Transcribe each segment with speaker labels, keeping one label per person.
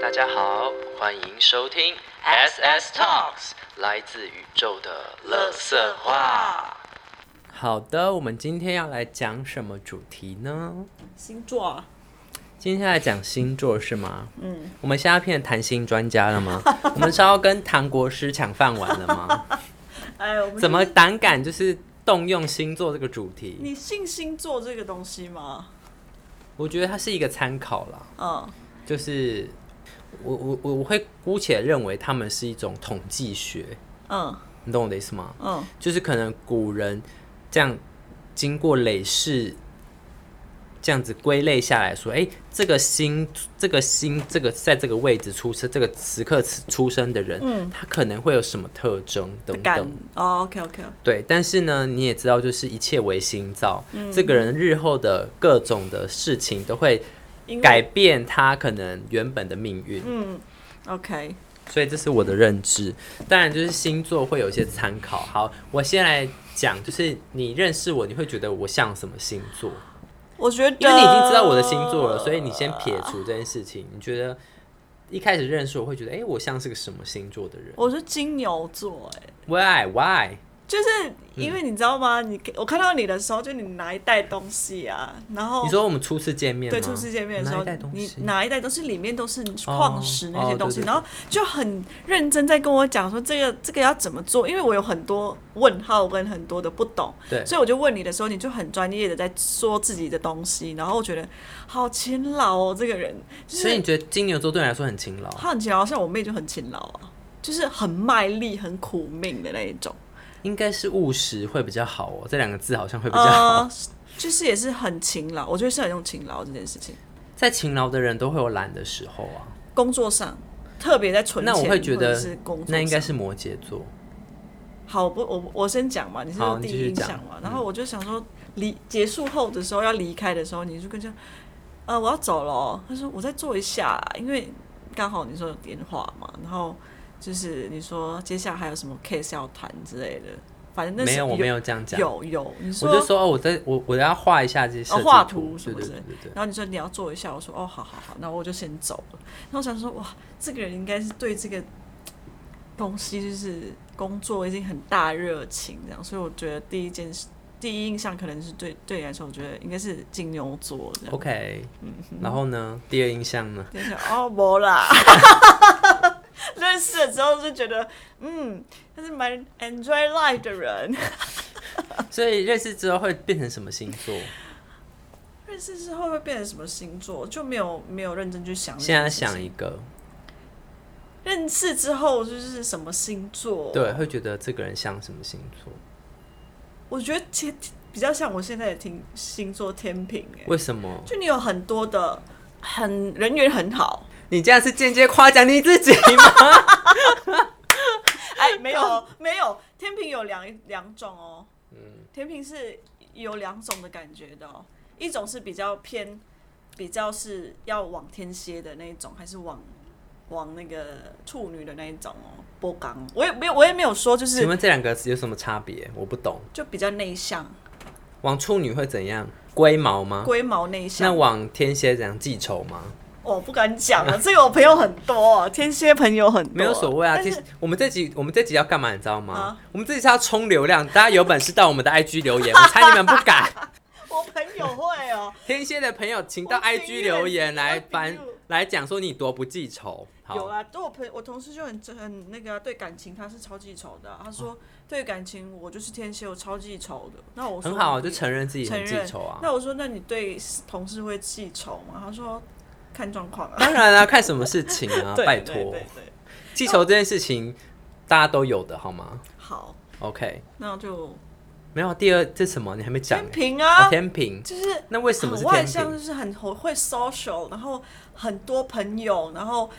Speaker 1: 大家好，欢迎收听 SS Talks，来自宇宙的乐色话。好的，我们今天要来讲什么主题呢？
Speaker 2: 星座啊，
Speaker 1: 今天来讲星座是吗？
Speaker 2: 嗯，
Speaker 1: 我们现在变谈心专家了 吗？我们是要跟唐国师抢饭碗了吗？
Speaker 2: 哎，我们
Speaker 1: 怎么
Speaker 2: 就是
Speaker 1: 胆敢就是动用星座这个主题？
Speaker 2: 你信星座这个东西吗？
Speaker 1: 我觉得它是一个参考啦，
Speaker 2: 嗯，
Speaker 1: 就是我我我我会姑且认为他们是一种统计学，
Speaker 2: 嗯
Speaker 1: 你懂我的意思吗？
Speaker 2: 嗯
Speaker 1: 就是可能古人这样经过累世这样子归类下来说，哎、这个星这个星这个在这个位置出生，这个时刻此出生的人，
Speaker 2: 嗯
Speaker 1: 他可能会有什么特征等
Speaker 2: 感
Speaker 1: 等。
Speaker 2: 哦，OK OK，
Speaker 1: 对，但是呢，你也知道，就是一切唯心造，
Speaker 2: 嗯
Speaker 1: 这个人日后的各种的事情都会
Speaker 2: 因为
Speaker 1: 改变他可能原本的命运，
Speaker 2: 嗯，OK，
Speaker 1: 所以这是我的认知。当然，就是星座会有一些参考。好，我先来讲，就是你认识我，你会觉得我像什么星座？
Speaker 2: 我觉得
Speaker 1: 因为你已经知道我的星座
Speaker 2: 呃
Speaker 1: 了，所以你先撇除这件事情。你觉得一开始认识我会觉得，哎、我像是个什么星座的人
Speaker 2: 我是金牛座，哎，
Speaker 1: ？Why why？嗯
Speaker 2: 就是因为你知道吗？你我看到你的时候，就你拿一袋东西啊，然后
Speaker 1: 你说我们初次见面吗，
Speaker 2: 对初次见面的时
Speaker 1: 哪
Speaker 2: 候
Speaker 1: 一袋东，
Speaker 2: 你
Speaker 1: 西
Speaker 2: 拿一袋东西里面都是矿石那
Speaker 1: 哦
Speaker 2: 些东西，
Speaker 1: 对对对
Speaker 2: 然后就很认真在跟我讲说这个这个要怎么做，因为我有很多问号跟很多的不懂，
Speaker 1: 对
Speaker 2: 所以我就问你的时候，你就很专业的在说自己的东西，然后我觉得好勤劳哦，这个人就
Speaker 1: 所以你
Speaker 2: 是
Speaker 1: 觉得金牛座对你来说很勤劳？
Speaker 2: 他很勤劳，像我妹就很勤劳啊，就是很卖力、很苦命的那一种，
Speaker 1: 应该是务实会比较好哦，这两个字好像会比较好。
Speaker 2: 呃，就是也是很勤劳，我觉得是很用勤劳这件事情，
Speaker 1: 在勤劳的人都会有懒的时候啊，
Speaker 2: 工作上。特别在存钱，
Speaker 1: 那我会觉
Speaker 2: 或
Speaker 1: 得
Speaker 2: 者是工作
Speaker 1: 那应该
Speaker 2: 上
Speaker 1: 是摩羯座。
Speaker 2: 好，不，我我先讲嘛，你是
Speaker 1: 好
Speaker 2: 有第
Speaker 1: 你继
Speaker 2: 一
Speaker 1: 续
Speaker 2: 印
Speaker 1: 讲嗯
Speaker 2: 象嘛，然后我就想说离结束后的时候要离开的时候，你就跟他，呃，我要走了哦、他说我再坐一下啦，因为刚好你说有电话嘛，然后就是你说接下来还有什么 case 要谈之类的，反正那
Speaker 1: 没
Speaker 2: 时
Speaker 1: 有，
Speaker 2: 候
Speaker 1: 我没有这样讲，
Speaker 2: 有有，你
Speaker 1: 我
Speaker 2: 说
Speaker 1: 就说哦，我在我我要画一下这些设
Speaker 2: 哦
Speaker 1: 计
Speaker 2: 画
Speaker 1: 图
Speaker 2: 图什么
Speaker 1: 对
Speaker 2: 之
Speaker 1: 对
Speaker 2: 类
Speaker 1: 对对对。
Speaker 2: 然后你说你要坐一下，我说哦，好好好，那我就先走了。然后我想说，哇，这个人应该是对这个东西就是工作已经很大热情这样，所以我觉得第一件事。第一印象可能是对对你来说，我觉得应该是金牛座
Speaker 1: 哦
Speaker 2: 这样。
Speaker 1: OK，然后呢，第二印象呢？
Speaker 2: 就是哦，没啦。 认识了之后就觉得，嗯，他是蛮 enjoy life 的人。
Speaker 1: 所以认识之后会变成什么星座？
Speaker 2: 认识之后会变成什么星座，就没有没有认真去想这
Speaker 1: 现在
Speaker 2: 件事情。
Speaker 1: 想一个，
Speaker 2: 认识之后就是什么星座？
Speaker 1: 对，会觉得这个人像什么星座？
Speaker 2: 我觉得其实比较像我现在的听星座天平、欸，
Speaker 1: 为什么？
Speaker 2: 就你有很多的很人缘很好，
Speaker 1: 你这样是间接夸奖你自己吗？
Speaker 2: 哎，没有 没有，天平有两两种哦，嗯，天平是有两种的感觉的哦，一种是比较偏比较是要往天蝎的那一种，还是往往那个处女的那一种哦，波刚，我也没有我也没有说 就
Speaker 1: 请
Speaker 2: 是
Speaker 1: 问这两个有什么差别？我不懂。
Speaker 2: 就比较内向，
Speaker 1: 啊往处女会怎样？龟毛吗？
Speaker 2: 龟毛内向
Speaker 1: 那，往天蝎怎样？记仇吗？
Speaker 2: 我不敢讲了，这个我朋友很多，天蝎朋友很多，
Speaker 1: 没有所谓啊，
Speaker 2: 但
Speaker 1: 其
Speaker 2: 是
Speaker 1: 实我们这集我们这集要干嘛，你知道吗？
Speaker 2: 啊
Speaker 1: 我们这集是要冲流量，大家有本事到我们的 IG 留言，我猜你们不敢。
Speaker 2: 我朋友会哦、
Speaker 1: 天蝎的朋友，请到
Speaker 2: 我订阅
Speaker 1: IG 留言
Speaker 2: 我
Speaker 1: 来
Speaker 2: 订阅
Speaker 1: 翻来讲说你多不记仇。好，
Speaker 2: 有啊，对我朋我同事就很很那个啊、对感情他是超记仇的啊、他
Speaker 1: 哦
Speaker 2: 说对感情我就是天蝎，我超记仇的。那我说
Speaker 1: 很好啊，
Speaker 2: 你
Speaker 1: 就承认自己
Speaker 2: 承
Speaker 1: 很记
Speaker 2: 认
Speaker 1: 仇啊。
Speaker 2: 那我说那你对同事会记仇吗？他说看状况啊，
Speaker 1: 当然啦、看什么事情啊，
Speaker 2: 对
Speaker 1: 拜
Speaker 2: 对
Speaker 1: 托
Speaker 2: 对，对，
Speaker 1: 记仇这件事情大家都有的好吗
Speaker 2: 好，
Speaker 1: ？OK，
Speaker 2: 那就
Speaker 1: 没有第二这什么你还没讲
Speaker 2: 天
Speaker 1: 欸、
Speaker 2: 平
Speaker 1: 哦
Speaker 2: 啊，
Speaker 1: 天平，
Speaker 2: 就是
Speaker 1: 那为什么
Speaker 2: 很
Speaker 1: 是
Speaker 2: 外
Speaker 1: 天
Speaker 2: 向，就
Speaker 1: 平？
Speaker 2: 是很很会 social，然后很多朋友，然后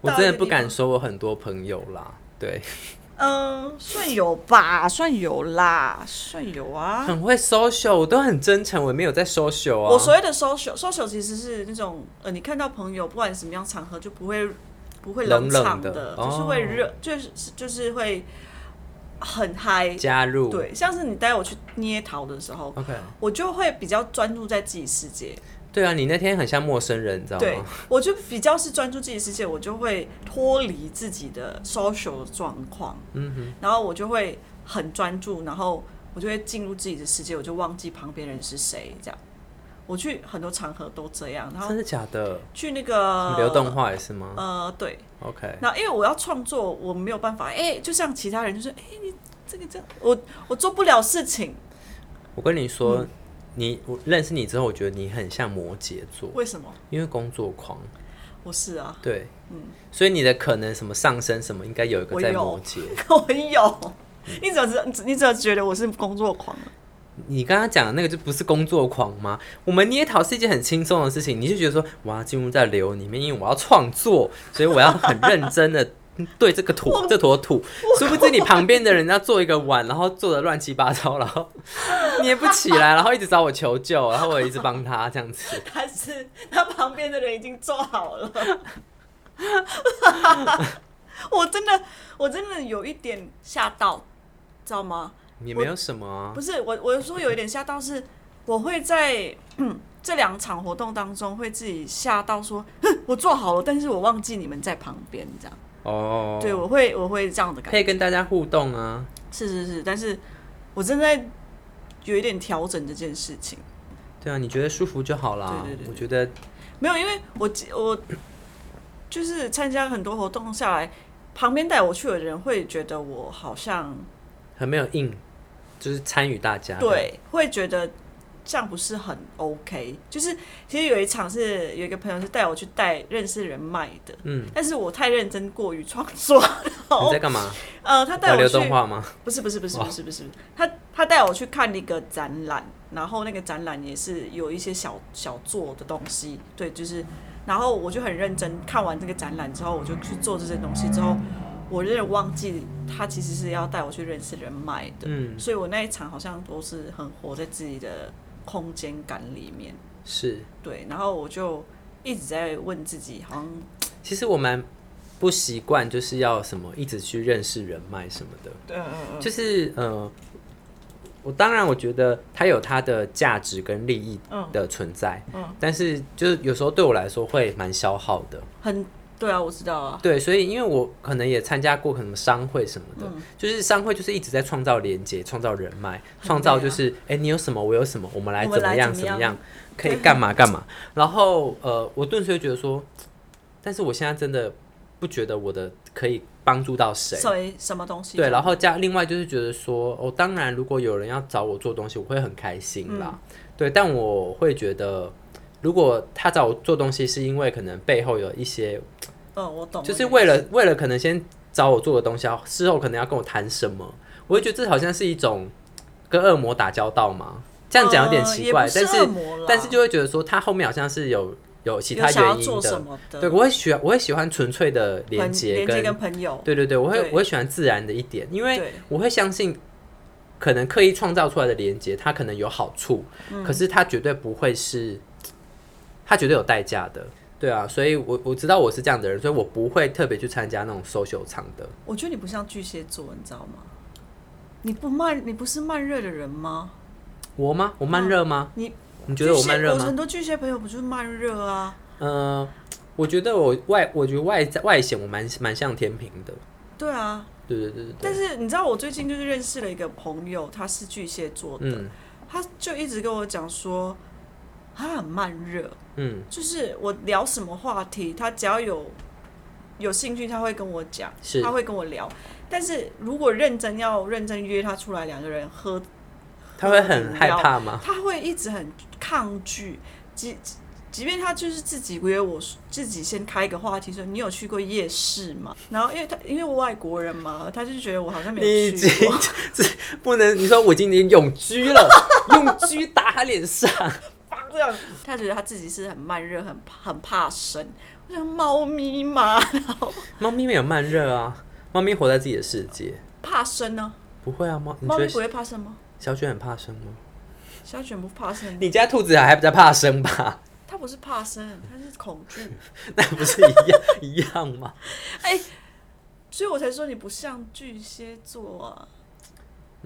Speaker 1: 我
Speaker 2: 到
Speaker 1: 真
Speaker 2: 一
Speaker 1: 的
Speaker 2: 个
Speaker 1: 不
Speaker 2: 地
Speaker 1: 敢
Speaker 2: 方
Speaker 1: 说我很多朋友啦，对。
Speaker 2: 嗯，算有吧，算有啦，算有啊。
Speaker 1: 很会 social，我都很真诚，我也没有在 social 啊。
Speaker 2: 我所谓的 social social 其实是那种呃，你看到朋友不管什么样场合就不会不会
Speaker 1: 冷冷
Speaker 2: 场
Speaker 1: 的
Speaker 2: 就是会热，就是就是会很嗨。
Speaker 1: 加入，
Speaker 2: 对，像是你带我去捏陶的时候，
Speaker 1: ，OK，
Speaker 2: 我就会比较专注在自己世界。
Speaker 1: 对啊，你那天很像陌生人，你知道
Speaker 2: 对
Speaker 1: 吗？，
Speaker 2: 我就比较是专注自己的世界，我就会脱离自己的 social 状况，嗯哼，然后我就会很专注，然后我就会进入自己的世界，我就忘记旁边人是谁，这样。我去很多场合都这样，然后
Speaker 1: 真的假的？
Speaker 2: 去那个
Speaker 1: 流动化也是吗
Speaker 2: 呃，对，
Speaker 1: ？OK，
Speaker 2: 那因为我要创作，我没有办法，哎、就像其他人就是，哎、你这个这样，我我做不了事情，
Speaker 1: 我跟你
Speaker 2: 嗯
Speaker 1: 说，你我认识你之后，我觉得你很像摩羯座，
Speaker 2: 为什么？
Speaker 1: 因为工作狂。
Speaker 2: 我是啊，
Speaker 1: 对，所以你的可能什么上升什么，应该有一个
Speaker 2: 我
Speaker 1: 在
Speaker 2: 有
Speaker 1: 摩羯。
Speaker 2: 我有，你怎么知？你怎么觉得我是工作狂啊？
Speaker 1: 你刚刚讲的那个就不是工作狂吗？我们捏陶是一件很轻松的事情，你就觉得说我要进入在流里面，因为我要创作，所以我要很认真的 对这个土这坨土。殊不知你旁边的人要做一个碗，然后做的乱七八糟，然后捏不起来，然后一直找我求救，然后我一直帮他这样子。
Speaker 2: 他是他旁边的人已经做好了， 我真的我真的有一点吓到，知道吗？
Speaker 1: 也没有什么啊
Speaker 2: 不，是我，我说有一点吓到是，我会在、 嗯、这两场活动当中会自己吓到说，哼，我做好了，但是我忘记你们在旁边这样。
Speaker 1: 哦，
Speaker 2: 对，我会我会这样的感
Speaker 1: 可
Speaker 2: 觉，
Speaker 1: 以跟大家互动啊。
Speaker 2: 是是是，但是我正在有一点调整这件事情。
Speaker 1: 对啊，你觉得舒服就好啦。
Speaker 2: 对对对对
Speaker 1: 我觉得
Speaker 2: 没有，因为我记我就是参加很多活动下来，旁边带我去的人会觉得我好像
Speaker 1: 很没有硬，就是参与大家。
Speaker 2: 对，会觉得这样不是很 OK。就是其实有一场是有一个朋友是带我去带认识人脉的，
Speaker 1: 嗯，
Speaker 2: 但是我太认真过于创作， 然
Speaker 1: 你
Speaker 2: 后
Speaker 1: 在干嘛？
Speaker 2: 呃，哦他带
Speaker 1: 要
Speaker 2: 我
Speaker 1: 流
Speaker 2: 去
Speaker 1: 动化吗？
Speaker 2: 不是不是不是不是不是，他他带我去看一个展览，然后那个展览也是有一些小小做的东西，对，就是，然后我就很认真看完这个展览之后，我就去做这些东西之后，我有点忘记他其实是要带我去认识人脉的，
Speaker 1: 嗯，
Speaker 2: 所以我那一场好像都是很活在自己的空间感里面，
Speaker 1: 是。
Speaker 2: 对，然后我就一直在问自己，好像
Speaker 1: 其实我蛮不习惯，就是要什么一直去认识人脉什么的。
Speaker 2: 嗯嗯
Speaker 1: 就是呃，我当然我觉得它有它的价值跟利益
Speaker 2: 嗯
Speaker 1: 的存在，
Speaker 2: 嗯，
Speaker 1: 但是就是有时候对我来说会蛮消耗的。
Speaker 2: 很对啊，我知道啊，
Speaker 1: 对，所以因为我可能也参加过可能商会什么的，
Speaker 2: 嗯
Speaker 1: 就是商会就是一直在创造连接、创造人脉、创造就是哎、诶你有什么，我有什么，我们来
Speaker 2: 啊我
Speaker 1: 怎
Speaker 2: 们
Speaker 1: 么
Speaker 2: 来
Speaker 1: 样
Speaker 2: 怎
Speaker 1: 怎
Speaker 2: 么
Speaker 1: 么
Speaker 2: 样
Speaker 1: 样，可以干嘛干嘛。然后呃，我顿时就觉得说，但是我现在真的不觉得我的可以帮助到谁。
Speaker 2: 谁什么东西
Speaker 1: 对，然后加另外就是觉得说，哦，当然如果有人要找我做东西，我会很开心啦。
Speaker 2: 嗯
Speaker 1: 对，但我会觉得，如果他找我做东西，是因为可能背后有一些
Speaker 2: 嗯，我懂，
Speaker 1: 就是
Speaker 2: 我懂
Speaker 1: 为了为了可能先找我做的东西啊，事后可能要跟我谈什么，我会觉得这好像是一种跟恶魔打交道嘛。这样讲有点奇怪，
Speaker 2: 呃也不
Speaker 1: 但
Speaker 2: 是恶
Speaker 1: 是
Speaker 2: 魔啦
Speaker 1: 但是就会觉得说他后面好像是有有其
Speaker 2: 有
Speaker 1: 他
Speaker 2: 想要
Speaker 1: 原
Speaker 2: 做
Speaker 1: 因
Speaker 2: 什
Speaker 1: 的。
Speaker 2: 么的，
Speaker 1: 对，我会喜我会喜欢纯粹的
Speaker 2: 朋
Speaker 1: 连接
Speaker 2: 连
Speaker 1: 跟
Speaker 2: 接跟朋友，
Speaker 1: 对对对，我会
Speaker 2: 对
Speaker 1: 我会喜欢自然的一点，因为
Speaker 2: 对
Speaker 1: 我会相信，可能刻意创造出来的连接，它可能有好处，
Speaker 2: 嗯
Speaker 1: 可是它绝对不会是，它绝对有代价的。对啊，所以我我知道我是这样的人，所以我不会特别去参加那种 social 场的。
Speaker 2: 我觉得你不像巨蟹座，你知道吗？你不慢，你不是慢热的人吗？
Speaker 1: 我吗？我慢热吗？
Speaker 2: 嗯你
Speaker 1: 你觉得我
Speaker 2: 巨蟹
Speaker 1: 慢热吗？
Speaker 2: 很多巨蟹朋友不就是慢热啊？
Speaker 1: 嗯、我觉得我外，我觉得外在外显我蛮蛮像天平的。
Speaker 2: 对啊，
Speaker 1: 对对对对对，
Speaker 2: 但是你知道我最近就是认识了一个朋友，他是巨蟹座的，
Speaker 1: 嗯
Speaker 2: 他就一直跟我讲说，他很慢热，
Speaker 1: 嗯，
Speaker 2: 就是我聊什么话题，他只要有有兴趣，他会跟我讲
Speaker 1: 是，
Speaker 2: 他会跟我聊。但是如果认真要认真约他出来，两个人喝，
Speaker 1: 他会很害怕吗？
Speaker 2: 他会一直很抗拒，即即便他就是自己约我，自己先开一个话题说你有去过夜市吗？然后因为他因为我外国人嘛，他就觉得我好像没
Speaker 1: 你已
Speaker 2: 有
Speaker 1: 经
Speaker 2: 去过，
Speaker 1: 这不能，你说我已经永居了， 永居打他脸上。
Speaker 2: 这样他觉得他自己是很慢热，很很怕生，我想猫咪嘛， 然后
Speaker 1: 猫咪没有慢热啊，猫咪活在自己的世界，
Speaker 2: 怕生呢、
Speaker 1: 不会啊。猫，你
Speaker 2: 猫
Speaker 1: 觉
Speaker 2: 咪不
Speaker 1: 得
Speaker 2: 会怕生吗？
Speaker 1: 小雪很怕生吗？
Speaker 2: 小卷不怕生，
Speaker 1: 你家兔子还比较怕生吧？
Speaker 2: 它不是怕生，它是恐惧。
Speaker 1: 那不是一样一样吗？
Speaker 2: 哎、所以我才说你不像巨蟹座啊。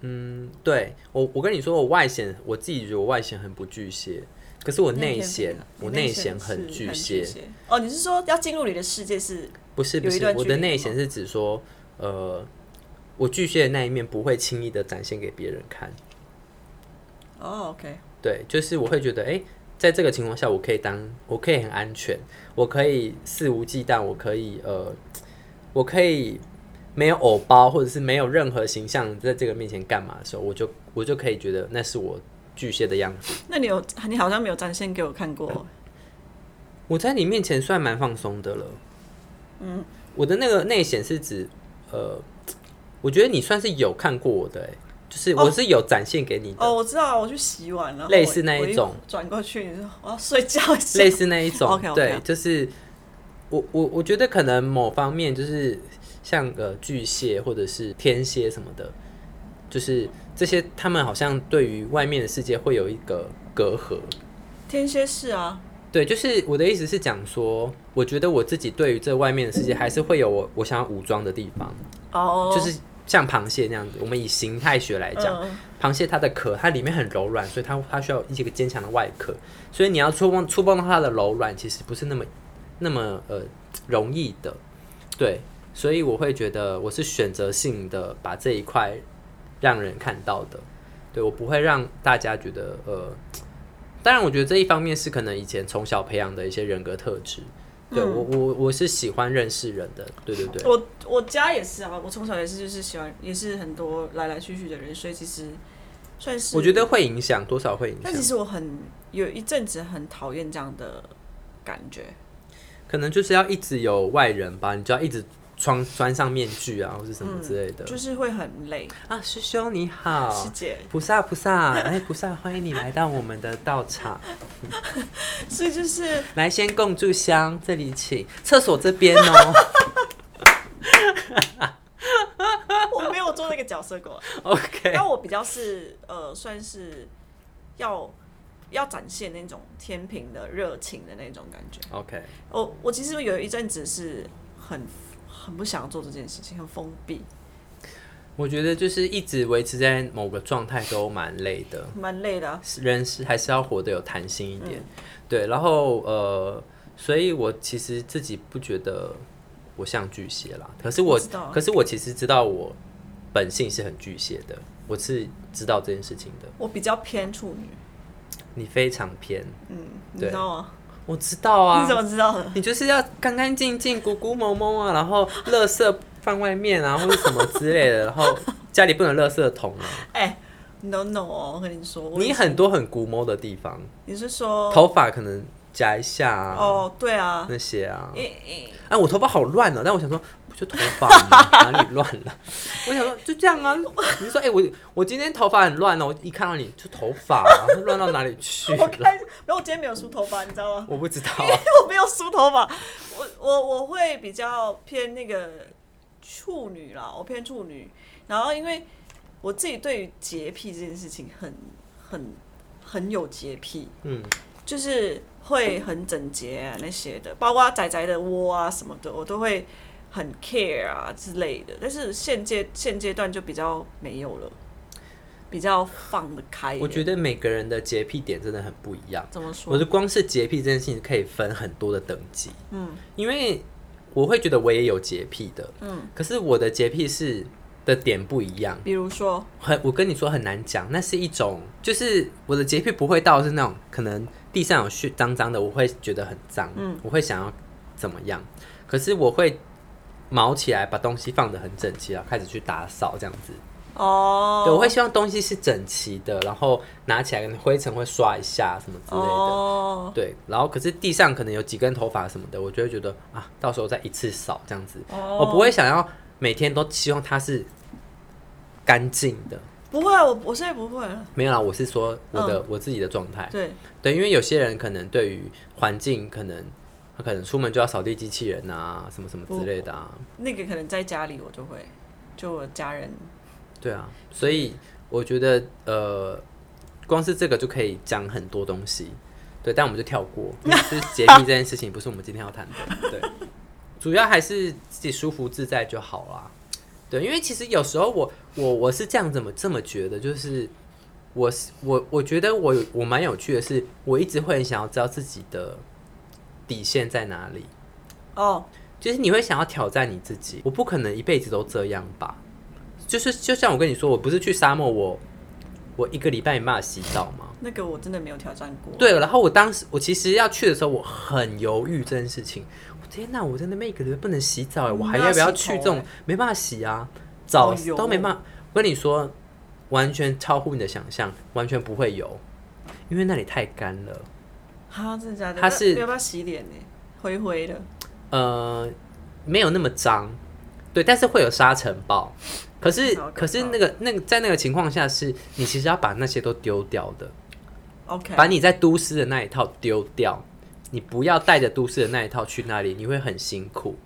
Speaker 1: 嗯，对我，我跟你说，我外显，我自己觉得我外显很不巨蟹，可是我
Speaker 2: 你有
Speaker 1: 内
Speaker 2: 天
Speaker 1: 显
Speaker 2: 平啊，
Speaker 1: 我
Speaker 2: 你
Speaker 1: 内显
Speaker 2: 是
Speaker 1: 很
Speaker 2: 很
Speaker 1: 巨
Speaker 2: 蟹
Speaker 1: 蟹，。
Speaker 2: 哦，你是说要进入你的世界是
Speaker 1: 不是不
Speaker 2: 有一
Speaker 1: 是，
Speaker 2: 段
Speaker 1: 我
Speaker 2: 距
Speaker 1: 的
Speaker 2: 离
Speaker 1: 内
Speaker 2: 吗
Speaker 1: 显是指说，呃，我巨蟹的那一面不会轻易的展现给别人看。
Speaker 2: 哦，OK，
Speaker 1: 对，就是我会觉得，哎、在这个情况下，我可以当，我可以很安全，我可以肆无忌惮，我可以呃，我可以没有偶包，或者是没有任何形象在这个面前干嘛的时候，我就我就可以觉得那是我巨蟹的样子。
Speaker 2: 那你有你好像没有展现给我看
Speaker 1: 嗯
Speaker 2: 过，
Speaker 1: 我在你面前算蛮放松的了。嗯，我的那个内显是指，呃，我觉得你算是有看过我的、欸，就是我是有展现给你的，
Speaker 2: 哦，我知道，我去洗碗了，然后
Speaker 1: 类似
Speaker 2: 我
Speaker 1: 那一
Speaker 2: 我
Speaker 1: 种
Speaker 2: 转过去，你说我要睡觉一下，
Speaker 1: 类似那一种。
Speaker 2: OK，OK
Speaker 1: 对，就是我我我觉得可能某方面就是像呃巨蟹或者是天蝎什么的，就是这些他们好像对于外面的世界会有一个隔阂。
Speaker 2: 天蝎是啊，
Speaker 1: 对，就是我的意思是讲说，我觉得我自己对于这外面的世界还是会有我我想要武装的地方。
Speaker 2: 哦，
Speaker 1: 就是像螃蟹那样子。我们以形态学来讲，
Speaker 2: 嗯
Speaker 1: 螃蟹它的壳它里面很柔软，所以它它需要一个坚强的外壳。所以你要触碰触碰到它的柔软，其实不是那么那么呃容易的。对，所以我会觉得我是选择性的把这一块让人看到的。对我不会让大家觉得呃，当然我觉得这一方面是可能以前从小培养的一些人格特质。对我我我是喜欢认识人的，对对对。
Speaker 2: 我我家也是啊，我从小也是就是喜欢，也是很多来来去去的人，所以其实算是
Speaker 1: 我觉得会影响，多少会影
Speaker 2: 但其
Speaker 1: 响。
Speaker 2: 实我很有一阵子很讨厌这样的感觉，
Speaker 1: 可能就是要一直有外人吧，你就要一直穿穿上面具啊，或是什么之类的。
Speaker 2: 就是会很累。
Speaker 1: 啊，师兄你
Speaker 2: 师
Speaker 1: 好，
Speaker 2: 姐，
Speaker 1: 菩萨菩萨，哎菩萨，欢迎你来到我们的道场，
Speaker 2: 所以就是
Speaker 1: 来先供炷香，这里请，厕所这边哦。
Speaker 2: 我没有做那个角色 过，
Speaker 1: OK，
Speaker 2: 但我比较是呃，算是要要展现那种天平的热情的那种感觉。
Speaker 1: OK，
Speaker 2: 我我其实有一阵子是很很不想做这件事情，很封闭，
Speaker 1: 我觉得就是一直维持在某个状态都蛮累的。
Speaker 2: 蛮累的啊、
Speaker 1: 人是还是要活得有弹性一点，
Speaker 2: 嗯
Speaker 1: 对。然后呃，所以我其实自己不觉得我像巨蟹啦，可是我
Speaker 2: 我知道
Speaker 1: 可是我其实知道我本性是很巨蟹的，我是知道这件事情的。
Speaker 2: 我比较偏处女，
Speaker 1: 你非常偏，
Speaker 2: 嗯你
Speaker 1: 对
Speaker 2: 知道吗？
Speaker 1: 我知道
Speaker 2: 你
Speaker 1: 啊
Speaker 2: 怎，么知道 的？
Speaker 1: 你就是要干干净净、鼓鼓蒙蒙啊，然后垃圾放外面 啊，或者什么之类的，然后家里不能垃圾桶啊。
Speaker 2: 哎、n o no 哦，我跟你说，我
Speaker 1: 你很多很古摸的地方，
Speaker 2: 你是说
Speaker 1: 头发可能夹一下啊，
Speaker 2: 哦，对啊，
Speaker 1: 那些啊。
Speaker 2: 因因
Speaker 1: 哎，我头发好乱哦、但我想说，不就头发吗？哪里乱了？我想说就这样啊。你就说，哎、我我今天头发很乱哦、我一看到你就头发啊、乱到哪里去
Speaker 2: 我
Speaker 1: 了？
Speaker 2: 看，然后我今天没有梳头发，你知道吗？
Speaker 1: 我不知道啊。
Speaker 2: 因为 我没有梳头发，我我我会比较偏那个处女啦，我偏处女。然后因为我自己对于洁癖这件事情很很很有洁癖，
Speaker 1: 嗯，
Speaker 2: 就是会很整洁啊那些的，包括仔仔的窝啊什么的，我都会很 care 啊之类的。但是现阶现阶段就比较没有了，比较放得开一点。
Speaker 1: 我觉得每个人的洁癖点真的很不一样。
Speaker 2: 怎么
Speaker 1: 我
Speaker 2: 说？
Speaker 1: 的光是洁癖这件事情可以分很多的等级。嗯，因为我会觉得我也有洁癖的。嗯，可是我的洁癖是的点不一样。
Speaker 2: 比如说，
Speaker 1: 很，我跟你说很难讲，那是一种，就是我的洁癖不会到是那种可能地上有血脏脏的，我会觉得很脏，嗯，我会想要怎么样，可是我会毛起来把东西放得很整齐，然后开始去打扫这样子，
Speaker 2: 哦，
Speaker 1: 对，我会希望东西是整齐的，然后拿起来可能灰尘会刷一下什么之类的，
Speaker 2: 哦，
Speaker 1: 对，然后可是地上可能有几根头发什么的，我就会觉得啊，到时候再一次扫这样子，
Speaker 2: 哦
Speaker 1: 我不会想要每天都希望它是干净的。
Speaker 2: 不会啊，我我现在不会了。
Speaker 1: 没有啦，我是说我的、我自己的状态。
Speaker 2: 对，
Speaker 1: 对，因为有些人可能对于环境，可能他可能出门就要扫地机器人啊，什么什么之类的啊。
Speaker 2: 那个可能在家里我就会，就我家人
Speaker 1: 对啊，所以我觉得呃，光是这个就可以讲很多东西。对，但我们就跳 过，因为就是洁癖这件事情不是我们今天要谈 的。对，主要还是自己舒服自在就好啦。对，因为其实有时候我我我是这样怎么这么觉得，就是我是我我觉得我有我蛮有趣的是，我一直会很想要知道自己的底线在哪里，
Speaker 2: 哦，
Speaker 1: 就是你会想要挑战你自己。我不可能一辈子都这样吧？就是就像我跟你说，我不是去沙漠，我我一个礼拜没办法洗澡吗？
Speaker 2: 那个我真的没有挑战过。
Speaker 1: 对，然后我当时我其实要去的时候，我很犹豫这件事情。我天哪，我在那边一个礼拜不能洗澡欸，我还要不要去这
Speaker 2: 没
Speaker 1: 种
Speaker 2: 办
Speaker 1: 没办法洗啊，澡
Speaker 2: 欸哦有
Speaker 1: 都没办法。我跟你说，完全超乎你的想象，完全不会有，因为那里太干了。
Speaker 2: 哈，真的假的？
Speaker 1: 它
Speaker 2: 那
Speaker 1: 是
Speaker 2: 你要不要洗脸呢？灰灰的，
Speaker 1: 呃，没有那么脏，对，但是会有沙尘暴。可是
Speaker 2: 好可怕
Speaker 1: 可是那个那个在那个情况下是，你其实要把那些都丢掉的。
Speaker 2: OK，
Speaker 1: 把你在都市的那一套丢掉，你不要带着都市的那一套去那里，你会很辛苦。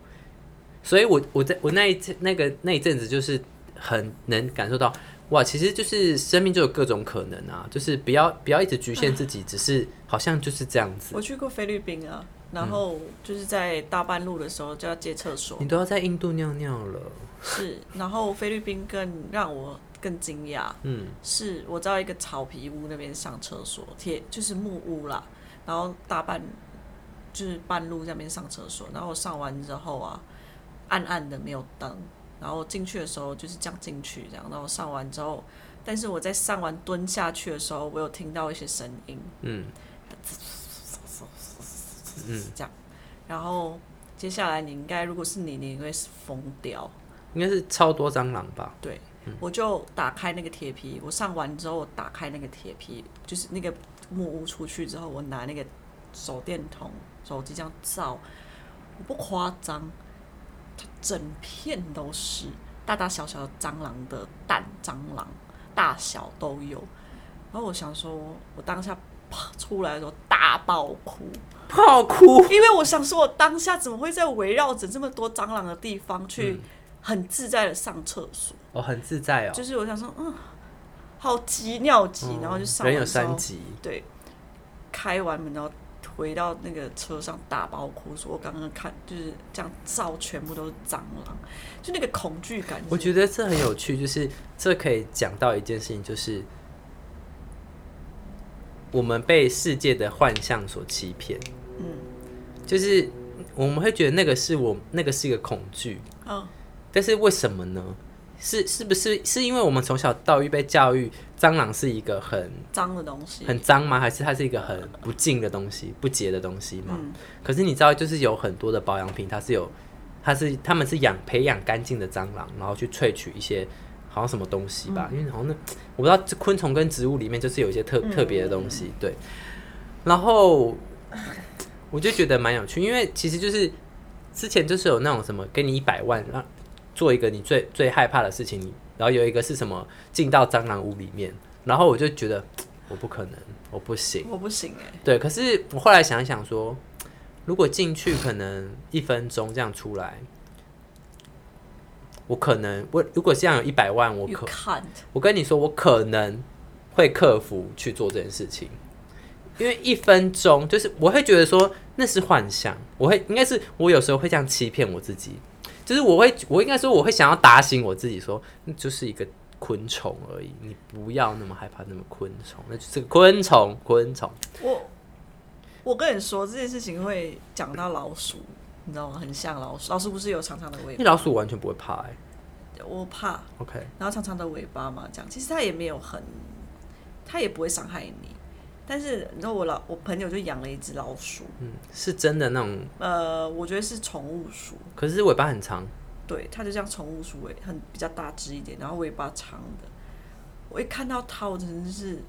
Speaker 1: 所以我我在我那一阵那个那一阵子就是很能感受到，哇，其实就是生命就有各种可能啊，就是不要不要一直局限自己，只是好像就是这样子，
Speaker 2: 我去过菲律宾啊，然
Speaker 1: 嗯
Speaker 2: 后就是在大半路的时候就要借厕所，
Speaker 1: 你都要在印度尿尿了，
Speaker 2: 是， 然后菲律宾更让我更惊讶，
Speaker 1: 嗯，
Speaker 2: 是我到一个草皮屋那边上厕所，铁就是木屋啦，然后大半就是半路在那边上厕所，然后我上完之后啊，暗暗的没有灯，然后进去的时候就是这样进去这样，然后上完之后，但是我在上完蹲下去的时候，我有听到一些声音，
Speaker 1: 嗯，
Speaker 2: 这
Speaker 1: 嗯
Speaker 2: 样，然后接下来你应该如果是你，你应该是疯掉。
Speaker 1: 应该是超多蟑螂吧，
Speaker 2: 对，我就打开那个铁皮，我上完之后我打开那个铁皮，就是那个木屋出去之后，我拿那个手电筒、手机这样照，我不夸张，它整片都是大大小小的蟑螂的蛋，蟑螂大小都有。然后我想说，我当下啪出来的时候大爆哭，
Speaker 1: 泡哭，
Speaker 2: 因为我想说，我当下怎么会在围绕着这么多蟑螂的地方去很自在的上厕所？
Speaker 1: 哦，很自在哦，
Speaker 2: 就是我想说，嗯，好急尿急，然后就
Speaker 1: 嗯
Speaker 2: 上
Speaker 1: 人
Speaker 2: 完
Speaker 1: 有
Speaker 2: 之后
Speaker 1: 三级，
Speaker 2: 对，开完门然后回到那个车上大爆哭，说我刚刚看就是这样照全部都是蟑螂，就那个恐惧感是，
Speaker 1: 我觉得这很有趣，就是这可以讲到一件事情，就是我们被世界的幻象所欺骗。嗯，就是我们会觉得那个是我那个是一个恐惧，
Speaker 2: 嗯，
Speaker 1: 但是为什么呢？是是不是是因为我们从小到育被教育蟑螂是一个很
Speaker 2: 脏的东西，
Speaker 1: 很脏吗？还是它是一个很不净的东西、不洁的东西吗？可是你知道，就是有很多的保养品，它是有，它是他们是养培养干净的蟑螂，然后去萃取一些好像什么东西吧，因为好像那我不知道，这昆虫跟植物里面就是有一些特、特别的东西，对。然后我就觉得蛮有趣，因为其实就是之前就是有那种什么给你一百万让做一个你最最害怕的事情，你然后有一个是什么进到蟑螂屋里面，然后我就觉得我不可能，我不行。
Speaker 2: 我不行哎、
Speaker 1: 对，可是我后来想一想说，如果进去可能一分钟这样出来，我可能我如果这样有一百万，我
Speaker 2: y o u
Speaker 1: 可
Speaker 2: can't，
Speaker 1: 我跟你说，我可能会克服去做这件事情，因为一分钟就是我会觉得说那是幻想，我会应该是我有时候会这样欺骗我自己，就是我会我应该说我会想要打醒我自己说，那就是一个昆虫而已，你不要那么害怕那么昆虫，那就是个昆虫昆虫。
Speaker 2: 我我跟你说这件事情会讲到老鼠，你知道吗？很像老鼠，老鼠不是有长长的尾
Speaker 1: 因为老鼠完全不会怕哎、
Speaker 2: 巴，我怕。
Speaker 1: OK，
Speaker 2: 然后长长的尾巴嘛，这样其实它也没有很，它也不会伤害你。但是你知道我老我朋友就养了一只老鼠，
Speaker 1: 嗯，是真的那种，
Speaker 2: 呃，我觉得是宠物鼠，
Speaker 1: 可是尾巴很长，
Speaker 2: 对，它就像宠物鼠尾，很比较大只一点，然后尾巴长的。我一看到它，我真的是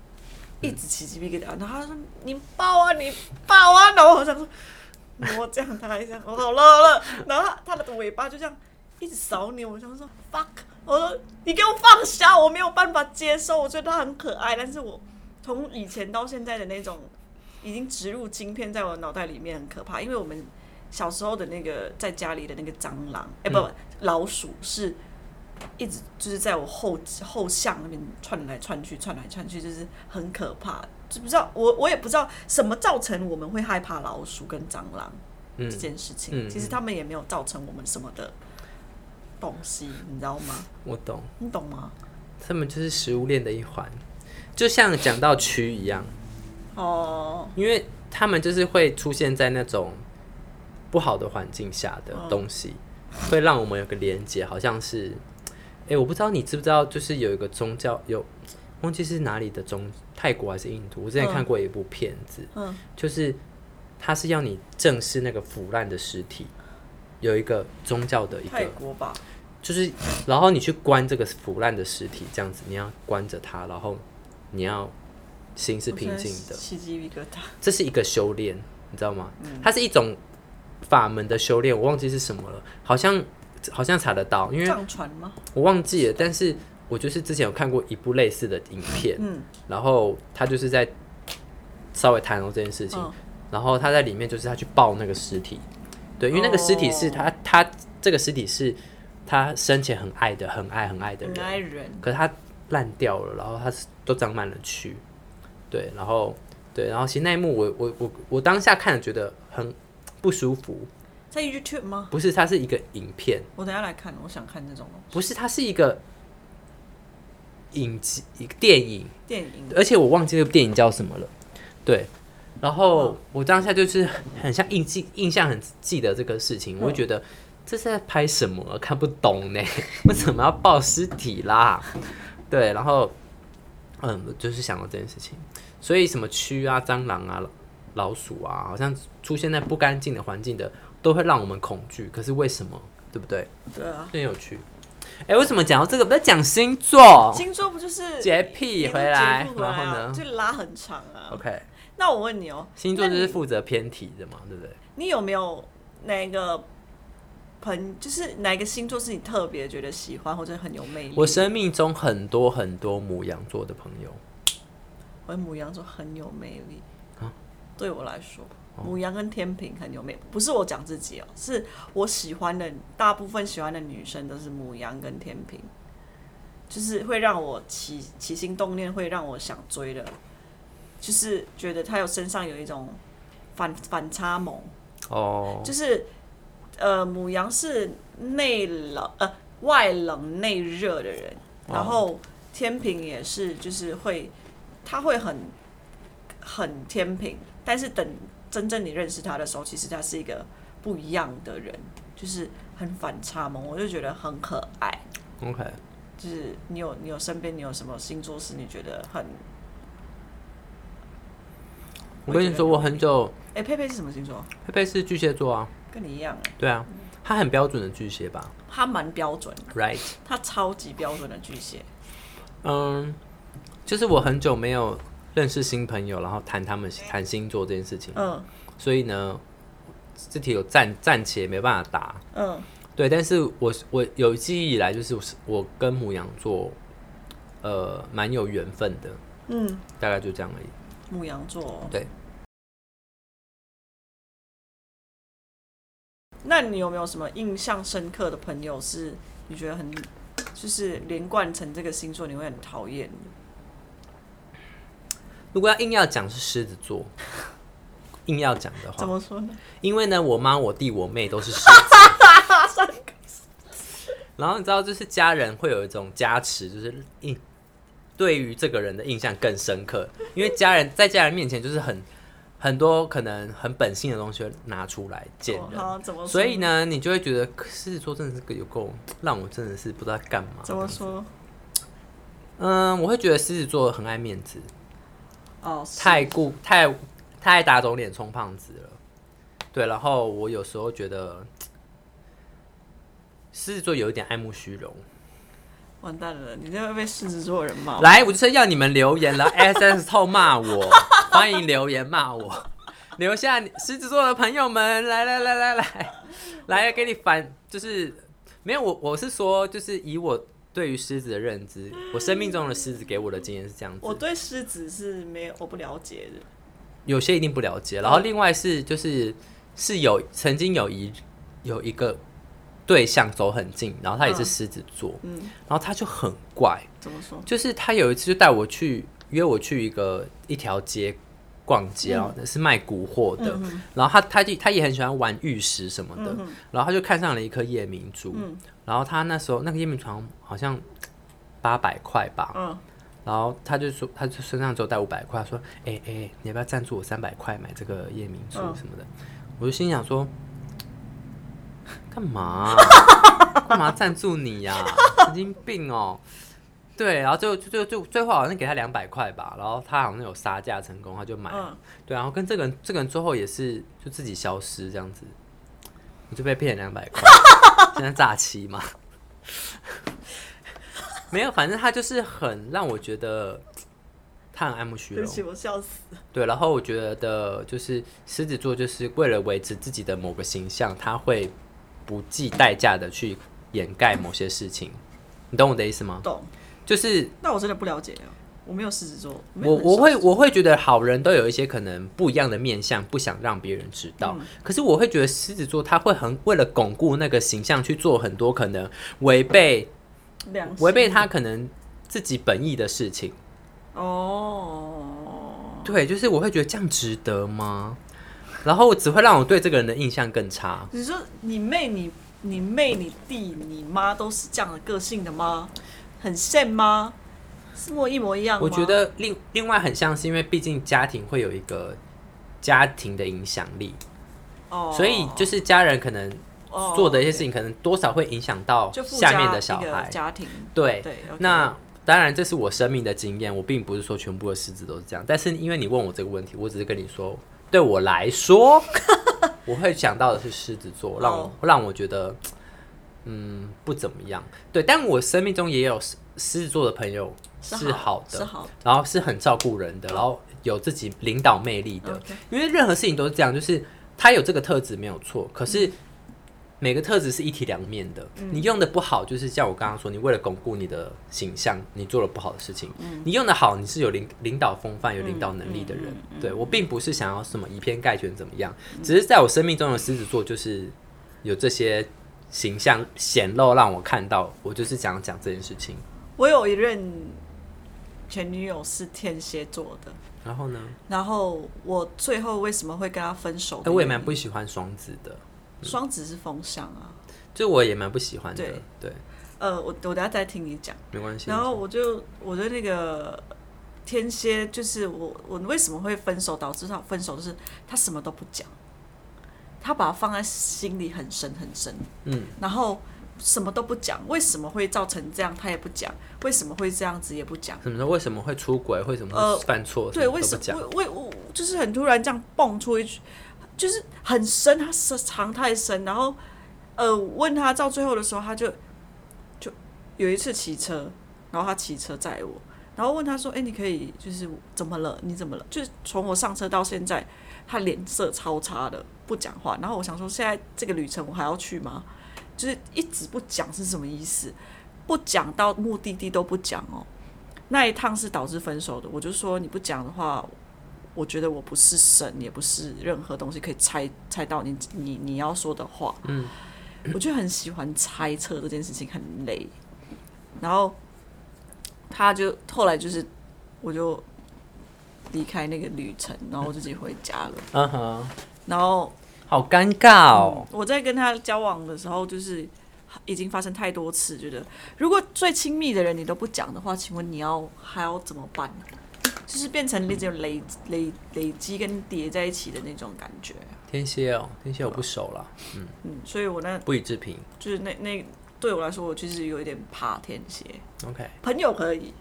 Speaker 2: 一直起鸡皮疙瘩。然后他说：“你抱啊，你抱啊！”然后我想说，我这样，他一这样，我好了好了。然后它它的尾巴就这样一直扫你，我想说 fuck，我说你给我放下，我没有办法接受。我觉得它很可爱，但是我从以前到现在的那种已经植入晶片在我脑袋里面，很可怕。因为我们小时候的那个在家里的那个蟑螂，哎、
Speaker 1: 嗯
Speaker 2: 不、老鼠是一直就是在我后后巷那边窜来窜去，窜来窜去，就是很可怕。就不知道我我也不知道什么造成我们会害怕老鼠跟蟑螂这
Speaker 1: 嗯，
Speaker 2: 件事情。
Speaker 1: 嗯嗯
Speaker 2: 其实他们也没有造成我们什么的东西，你知道吗？
Speaker 1: 我懂，
Speaker 2: 你懂吗？
Speaker 1: 他们就是食物链的一环，就像讲到蛆一样，
Speaker 2: 哦，
Speaker 1: 因为他们就是会出现在那种不好的环境下的东西，
Speaker 2: 哦
Speaker 1: 会让我们有个连接，好像是，哎、我不知道你知不知道，就是有一个宗教，有忘记是哪里的宗，泰国还是印度，我之前看过一部片子，
Speaker 2: 嗯，
Speaker 1: 就是他是要你正视那个腐烂的尸体，有一个宗教的一个
Speaker 2: 泰国吧，
Speaker 1: 就是，然后你去关这个腐烂的尸体，这样子，你要关着它，然后你要心是平静的，
Speaker 2: 奇迹一个瘩。
Speaker 1: 这是一个修炼，你知道吗？它是一种法门的修炼，我忘记是什么了，好像好像查得到，因为
Speaker 2: 藏传吗？
Speaker 1: 我忘记了，但是我就是之前有看过一部类似的影片，
Speaker 2: 嗯
Speaker 1: 然后他就是在稍微谈论这件事情，
Speaker 2: 嗯
Speaker 1: 然后他在里面就是他去抱那个尸体，对，因为那个尸体是
Speaker 2: 哦
Speaker 1: 他、他这个尸体是他生前很爱的、很爱很爱的
Speaker 2: 很
Speaker 1: 人，
Speaker 2: 爱人，
Speaker 1: 可是他烂掉了，然后他是都长满了蛆，对，然后对，然后其实那一幕我我我我当下看了觉得很不舒服，
Speaker 2: 在 YouTube 吗？
Speaker 1: 不是，它是一个影片。
Speaker 2: 我等一下来看，我想看这种
Speaker 1: 不是，它是一个影集，一个电影，
Speaker 2: 电影。
Speaker 1: 而且我忘记这部电影叫什么了。对，然后我当下就是很像印记，印象很记得这个事情，我就觉得这是在拍什么啊，看不懂呢， 为什么要抱尸体啦？对，然后嗯，我就是想到这件事情，所以什么蛆啊、蟑螂啊、老鼠啊，好像出现在不干净的环境的，都会让我们恐惧。可是为什么？对不对？
Speaker 2: 对啊，
Speaker 1: 真有趣。哎、为什么讲到这个？不要讲星座。
Speaker 2: 星座不就是
Speaker 1: 哦洁癖
Speaker 2: 一路
Speaker 1: 回来
Speaker 2: 洁癖回来
Speaker 1: 然
Speaker 2: 啊
Speaker 1: 后呢
Speaker 2: 就拉很长啊。
Speaker 1: OK，
Speaker 2: 那我问你哦，
Speaker 1: 星座就是
Speaker 2: 那你
Speaker 1: 负责偏题的嘛，对不对？
Speaker 2: 你有没有哪个朋，就是哪一个星座是你特别觉得喜欢或者很有魅力？
Speaker 1: 我生命中很多很多母羊座的朋友，
Speaker 2: 我母羊座很有魅力
Speaker 1: 啊
Speaker 2: 对我来说，母羊跟天平很有魅，不是我讲自己哦，是我喜欢的大部分喜欢的女生都是母羊跟天平，就是会让我起起心动念，会让我想追的，就是觉得她有身上有一种反反差萌，
Speaker 1: 哦，
Speaker 2: 就是呃母羊是内冷呃外冷内热的人，
Speaker 1: 哦
Speaker 2: 然后天平也是，就是会他会很很天平，但是等真正你认识他的时候，其实他是一个不一样的人，就是很反差萌，我就觉得很可爱。
Speaker 1: OK，
Speaker 2: 就是你有你有身边你有什么星座是你觉得很
Speaker 1: 我跟你说，我很久
Speaker 2: 哎、佩佩是什么星座？
Speaker 1: 佩佩是巨蟹座啊，
Speaker 2: 跟你一样，欸
Speaker 1: 对啊，他很标准的巨蟹吧
Speaker 2: 他蛮标准，
Speaker 1: ？Right，
Speaker 2: 他超级标准的巨蟹。
Speaker 1: 嗯，就是我很久没有认识新朋友，然后谈他们谈星座这件事情，
Speaker 2: 嗯
Speaker 1: 所以呢，这题有暂暂且没办法答，
Speaker 2: 嗯
Speaker 1: 对，但是我我有记忆以来，就是我是我跟母羊座，呃，蛮有缘分的，
Speaker 2: 嗯，
Speaker 1: 大概就这样而已。
Speaker 2: 牧羊座哦。
Speaker 1: 对。
Speaker 2: 那你有没有什么印象深刻的朋友是你觉得很，就是连贯成这个星座你会很讨厌的？
Speaker 1: 如果要硬要讲是狮子 座，硬要讲的
Speaker 2: 怎
Speaker 1: 话，
Speaker 2: 么说呢？
Speaker 1: 因为呢，我妈、我弟、我妹都是狮子，然后你知道，就是家人会有一种加持，就是印对于这个人的印象更深刻，因为家人在家人面前就是很很多可能很本性的东西会拿出来见
Speaker 2: 哦
Speaker 1: 人。
Speaker 2: 好，怎么说？
Speaker 1: 所以？呢，你就会觉得狮子座真的是个有够让我真的是不知道在干嘛。
Speaker 2: 怎么说？
Speaker 1: 嗯，我会觉得狮子座很爱面子，
Speaker 2: 哦，
Speaker 1: 太顾太太打肿脸充胖子了。对，然后我有时候觉得狮子座有一点爱慕虚荣。
Speaker 2: 完蛋了，你这会被狮子座人骂。
Speaker 1: 来，我就是要你们留言了，S S 臭骂我， 欢迎留言骂我，留下你狮子座的朋友们，来来来来来，来给你反，就是没有我我是说，就是以我对于狮子的认知，我生命中的狮子给我的经验是这样
Speaker 2: 我
Speaker 1: 子，
Speaker 2: 对狮子是没有我不了解的。
Speaker 1: 有些一定不了
Speaker 2: 嗯
Speaker 1: 解，然后另外是就是是有曾经有一有一个对象走很近，然后他也是
Speaker 2: 嗯
Speaker 1: 狮子座，
Speaker 2: 嗯，
Speaker 1: 然后他就很怪，
Speaker 2: 怎么说？
Speaker 1: 就是他有一次就带我去约我去一个一条街逛
Speaker 2: 嗯
Speaker 1: 街，然后是卖古惑的，然后他他就他也很喜欢玩玉石什么
Speaker 2: 嗯
Speaker 1: 的，然后他就看上了一颗夜明珠，然后他那时候那个夜明珠好像好像八百块吧，
Speaker 2: 嗯
Speaker 1: 然后他就说，他就身上只有带五百块，他说，哎、哎、你要不要赞助我三百块买这个夜明珠
Speaker 2: 嗯
Speaker 1: 什么的？我就心想说，干嘛 啊、干嘛赞助你呀、神经病哦！对，然后就就就就最后好像给他两百块吧，然后他好像有杀价成功，他就买了。
Speaker 2: 嗯，
Speaker 1: 对，啊然后跟这个人，这个人最后也是就自己消失这样子，我就被骗两百块，现在诈欺嘛。 没有，反正他就是很让我觉得他很爱慕虚
Speaker 2: 对不
Speaker 1: 荣。
Speaker 2: 起，我笑死。
Speaker 1: 对，然后我觉得就是狮子座就是为了维持自己的某个形象，他会不计代价的去掩盖某些事情，你懂我的意思吗？
Speaker 2: 懂，
Speaker 1: 就是
Speaker 2: 那我真的不了解了，我没有狮子座，没有
Speaker 1: 我
Speaker 2: 很
Speaker 1: 我
Speaker 2: 熟
Speaker 1: 会我会觉得好人都有一些可能不一样的面相，不想让别人知道。可是我会觉得狮子座他会很为了巩固那个形象去做很多可能违背
Speaker 2: 良心
Speaker 1: 违背他可能自己本意的事情。
Speaker 2: 哦，
Speaker 1: 对，就是我会觉得这样值得吗？然后只会让我对这个人的印象更差。
Speaker 2: 你说你妹、你你妹、你弟、你妈都是这样的个性的吗？很羡吗？是模一模一样吗？
Speaker 1: 我觉得另另外很像是因为毕竟家庭会有一个家庭的影响力，
Speaker 2: 哦，
Speaker 1: 所以就是家人可能
Speaker 2: 哦
Speaker 1: 做的一些事情，可能多少会影响到
Speaker 2: 就附加
Speaker 1: 下面的小
Speaker 2: 一个
Speaker 1: 孩。
Speaker 2: 家庭，
Speaker 1: 对，
Speaker 2: 对，OK
Speaker 1: 那当然这是我生命的经验，我并不是说全部的狮子都是这样，但是因为你问我这个问题，我只是跟你说，对我来 说，我会想到的是狮子座，让我、
Speaker 2: 哦
Speaker 1: 让我觉得，嗯，不怎么样。对，但我生命中也有狮狮子座的朋友是好的，
Speaker 2: 是好的，
Speaker 1: 然后是很照顾人的，然后有自己领导魅力的
Speaker 2: OK
Speaker 1: 因为任何事情都是这样，就是他有这个特质没有错，可是
Speaker 2: 嗯
Speaker 1: 每个特质是一体两面的。你用的不好，就是像我刚刚说，你为了巩固你的形象，你做了不好的事情；你用的好，你是有领领导风范、有领导能力的人。
Speaker 2: 嗯嗯
Speaker 1: 对我并不是想要什么以偏概全怎么样，只是在我生命中的狮子座就是有这些形象显露，让我看到，我就是想要讲这件事情。
Speaker 2: 我有一任前女友是天蝎座的，
Speaker 1: 然后呢？
Speaker 2: 然后我最后为什么会跟她分手
Speaker 1: 哎、
Speaker 2: 的原因？
Speaker 1: 我也蛮不喜欢双子的，
Speaker 2: 双子是风象啊。
Speaker 1: 就我也蛮不喜欢的。
Speaker 2: 对
Speaker 1: 对，
Speaker 2: 呃，我我等下再听你讲。
Speaker 1: 没关系。
Speaker 2: 然后我就我的那个天蝎，就是我我为什么会分手，导致他分手就是他什么都不讲，他把它放在心里很深很深，
Speaker 1: 嗯，
Speaker 2: 然后什么都不讲，为什么会造成这样，他也不讲，为什么会这样子也不讲。
Speaker 1: 什么时候为什么会出轨？为什么
Speaker 2: 呃
Speaker 1: 会犯错？
Speaker 2: 对，为
Speaker 1: 都
Speaker 2: 什
Speaker 1: 不讲
Speaker 2: 么？为为我就是很突然这样蹦出一句，就是很深，他是藏太深，然后呃问他到最后的时候，他就就有一次骑车，然后他骑车载我，然后问他说：“哎、你可以就是怎么了？你怎么了？”就是从我上车到现在，他脸色超差的，不讲话。然后我想说，现在这个旅程我还要去吗？就是一直不讲是什么意思？不讲到目的地都不讲哦。那一趟是导致分手的，我就说你不讲的话，我觉得我不是神，也不是任何东西可以猜猜到你你你要说的话。嗯，我就很喜欢猜测这件事情，很累。然后他就后来就是，我就离开那个旅程，然后我自己回家了。
Speaker 1: 嗯哼，
Speaker 2: 然后
Speaker 1: 好尴尬哦。
Speaker 2: 嗯我在跟他交往的时候，就是已经发生太多次，觉得如果最亲密的人你都不讲的话，请问你要还要怎么办呢？就是变成那种累累累积跟叠在一起的那种感觉，
Speaker 1: 天蝎哦，天蝎我不熟了，
Speaker 2: 嗯，所以我那
Speaker 1: 不予置评。
Speaker 2: 就是那那对我来说，我其实有一点怕天蝎，
Speaker 1: OK，
Speaker 2: 朋友可以，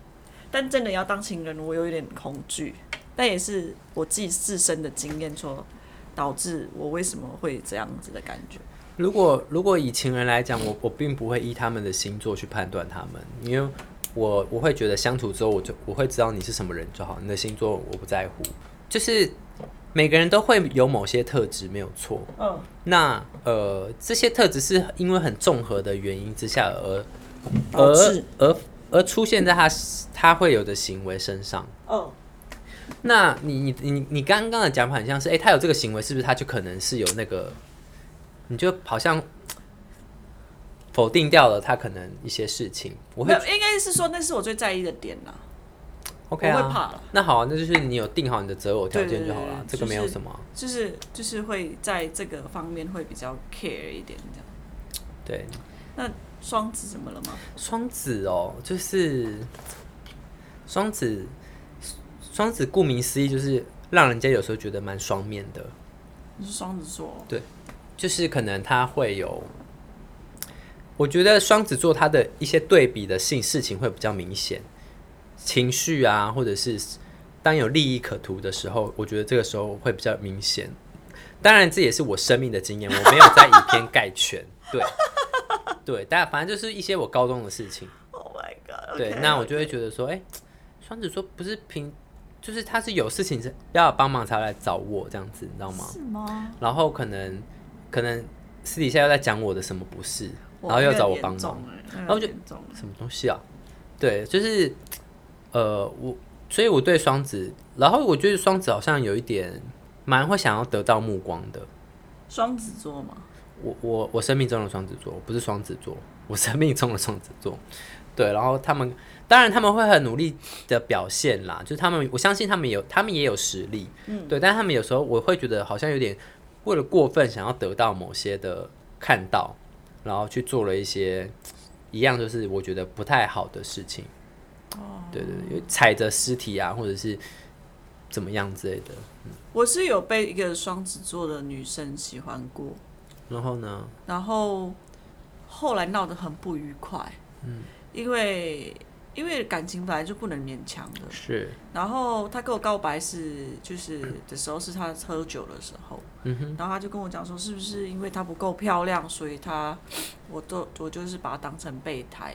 Speaker 2: 但真的要当情人，我有一点恐惧。但也是我自己自身的经验说，导致我为什么会这样子的感觉。
Speaker 1: 如果如果以情人来讲，我我并不会依他们的星座去判断他们，因为我我会觉得相处之后，我就我会知道你是什么人就好，你的星座我不在乎。就是每个人都会有某些特质，没有错。
Speaker 2: 嗯，
Speaker 1: 那呃，这些特质是因为很综合的原因之下而
Speaker 2: 导
Speaker 1: 而
Speaker 2: 致
Speaker 1: 而而出现在他他会有的行为身上。
Speaker 2: 嗯，
Speaker 1: 那你你你你刚刚的讲法很像是，哎、他有这个行为，是不是他就可能是有那个？你就好像否定掉了他可能一些事情。我
Speaker 2: 没
Speaker 1: 会
Speaker 2: 有，应该是说那是我最在意的点啦。
Speaker 1: OK 啊，
Speaker 2: 我会怕
Speaker 1: 那好、啊，那就是你有定好你的择偶条件就好
Speaker 2: 对对
Speaker 1: 了
Speaker 2: 对，
Speaker 1: 这个没有
Speaker 2: 就是
Speaker 1: 什么啊。
Speaker 2: 就是就是会在这个方面会比较 care 一点这样。
Speaker 1: 对，
Speaker 2: 那双子怎么了吗？
Speaker 1: 双子哦，就是双子，双子顾名思义就是让人家有时候觉得蛮双面的，
Speaker 2: 你是双子座，
Speaker 1: 就是可能他会有，我觉得双子座他的一些对比的性事情会比较明显，情绪啊，或者是当有利益可图的时候，我觉得这个时候会比较明显。当然，这也是我生命的经验，我没有在以偏概全，对，对，但反正就是一些我高中的事情。
Speaker 2: ，Oh my god！
Speaker 1: 对
Speaker 2: OK，
Speaker 1: 那我就会觉得说，哎、双子座不是平，就是他是有事情是要帮忙才会来找我这样子，你知道吗？
Speaker 2: 是吗？
Speaker 1: 然后可能可能私底下又在讲我的什么不是，然后又
Speaker 2: 又
Speaker 1: 找我帮忙，，
Speaker 2: 然
Speaker 1: 后就
Speaker 2: 欸严重了
Speaker 1: 什么东西啊？对，就是呃，我所以我对双子，然后我觉得双子好像有一点蛮会想要得到目光的。
Speaker 2: 双子座嘛，
Speaker 1: 我我我生命中的双子座，我不是双子座，我生命中的双子座。对，然后他们当然他们会很努力的表现啦，就是他们我相信他们有他们也有实力，嗯，对，但他们有时候我会觉得好像有点为了过分想要得到某些的看到，然后去做了一些一样就是我觉得不太好的事情。哦，对对对，有踩着尸体啊，或者是怎么样之类的。
Speaker 2: 我是有被一个双子座的女生喜欢过，
Speaker 1: 然后呢，
Speaker 2: 然后后来闹得很不愉快，嗯，因为因为感情本来就不能勉强的，
Speaker 1: 是
Speaker 2: 然后他跟我告白是 就是的时候是他喝酒的时候，嗯哼，然后他就跟我讲说是不是因为她不够漂亮，所以他我都我就是把她当成备胎，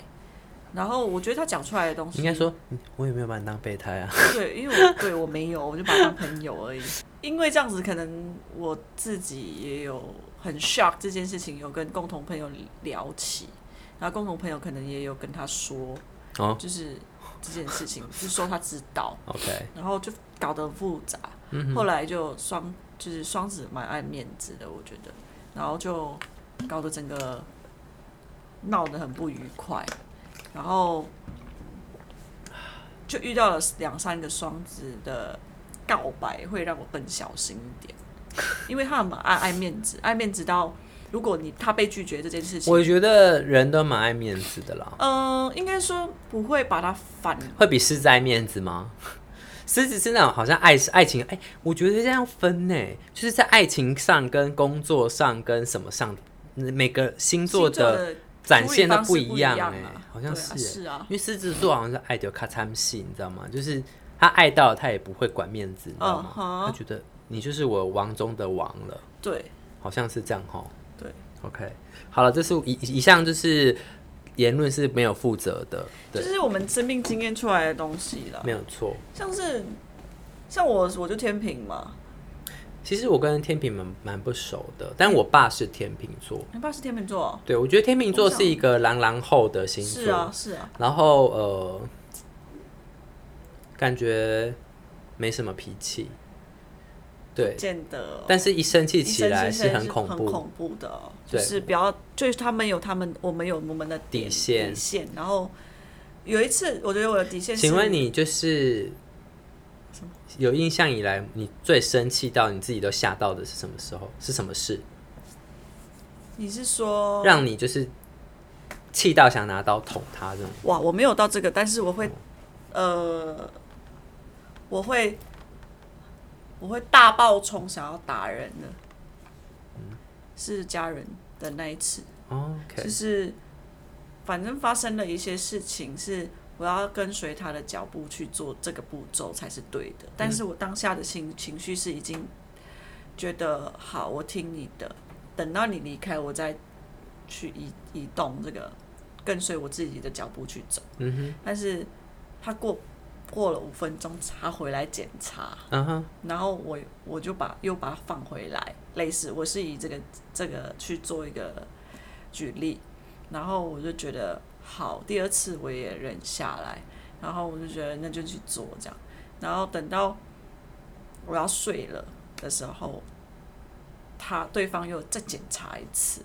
Speaker 2: 然后我觉得他讲出来的东西
Speaker 1: 应该说，嗯我也没有把你当备胎啊。
Speaker 2: 对，因为我对我没有，我就把他当朋友而已。因为这样子，可能我自己也有很 shock 这件事情，有跟共同朋友聊起，然后共同朋友可能也有跟他说，
Speaker 1: 哦
Speaker 2: 就是这件事情，就说他知道，
Speaker 1: ，OK。
Speaker 2: 然后就搞得很复杂。
Speaker 1: 嗯
Speaker 2: 后来就双就是双子蛮爱面子的，我觉得，然后就搞得整个闹得很不愉快，然后就遇到了两三个双子的告白，会让我更小心一点，因为他们爱爱面子，爱面子到如果你他被拒绝这件事情，
Speaker 1: 我觉得人都蛮爱面子的啦，
Speaker 2: 嗯、应该说不会把它反
Speaker 1: 会比狮子爱面子吗？ 狮子是那种好像爱爱情，哎、我觉得这样分呢，就是在爱情上、跟工作上、跟什么上，每个星座的展现都
Speaker 2: 不
Speaker 1: 一
Speaker 2: 样
Speaker 1: 样哎、
Speaker 2: 啊
Speaker 1: 好像
Speaker 2: 对
Speaker 1: 是
Speaker 2: 啊
Speaker 1: 哎、
Speaker 2: 是啊
Speaker 1: 因，为狮子座好像是爱的咔嚓戏，你知道吗？就是他爱到了他也不会管面子，你知道吗
Speaker 2: 嗯
Speaker 1: 他
Speaker 2: 哼
Speaker 1: 觉得你就是我王中的王了。
Speaker 2: 对
Speaker 1: 好像是这样哈。
Speaker 2: 对
Speaker 1: ，OK，好了，这是以以上就是言论是没有负责的，
Speaker 2: 就
Speaker 1: 对，
Speaker 2: 是我们生命经验出来的东西了。
Speaker 1: 没有错。
Speaker 2: 像是像我，我就天平嘛，
Speaker 1: 其实我跟天平蛮蛮不熟的，但我爸是天秤座，
Speaker 2: 你爸是天秤座，哦
Speaker 1: 对我觉得天秤座是一个狼狼后的星座，
Speaker 2: 是啊是啊，
Speaker 1: 然后呃，感觉没什么脾气，对
Speaker 2: 不，见得哦。
Speaker 1: 但是一生气
Speaker 2: 一
Speaker 1: 起来
Speaker 2: 是
Speaker 1: 很恐
Speaker 2: 很
Speaker 1: 怖，
Speaker 2: 恐怖的哦，就
Speaker 1: 对
Speaker 2: 是不要，就是他们有他们，我们有我们的点
Speaker 1: 底线
Speaker 2: 底线。然后有一次，我觉得我的底线是，
Speaker 1: 请问你就是有印象以来，你最生气到你自己都吓到的是什么时候？是什么事
Speaker 2: 你是说
Speaker 1: 让你就是气到想拿刀捅他这种？
Speaker 2: 哇，我没有到这个，但是我会，呃，我会，我会大爆冲，想要打人的，是家人的那一次，
Speaker 1: 哦
Speaker 2: 就
Speaker 1: ，OK，
Speaker 2: 是反正发生了一些事情，是我要跟随他的脚步去做这个步骤才是对
Speaker 1: 嗯
Speaker 2: 的，但是我当下的情情绪是已经觉得好，我听你的，等到你离开，我再去移移动这个。跟随我自己的脚步去走。
Speaker 1: 嗯
Speaker 2: 但是他过过了五分钟，他回来检查，
Speaker 1: 哼，嗯哼，
Speaker 2: 然后我我就把又把它放回来，类似我是以这个这个去做一个举例，然后我就觉得好，第二次我也忍下来，然后我就觉得那就去做这样，然后等到我要睡了的时候，他对方又再检查一次，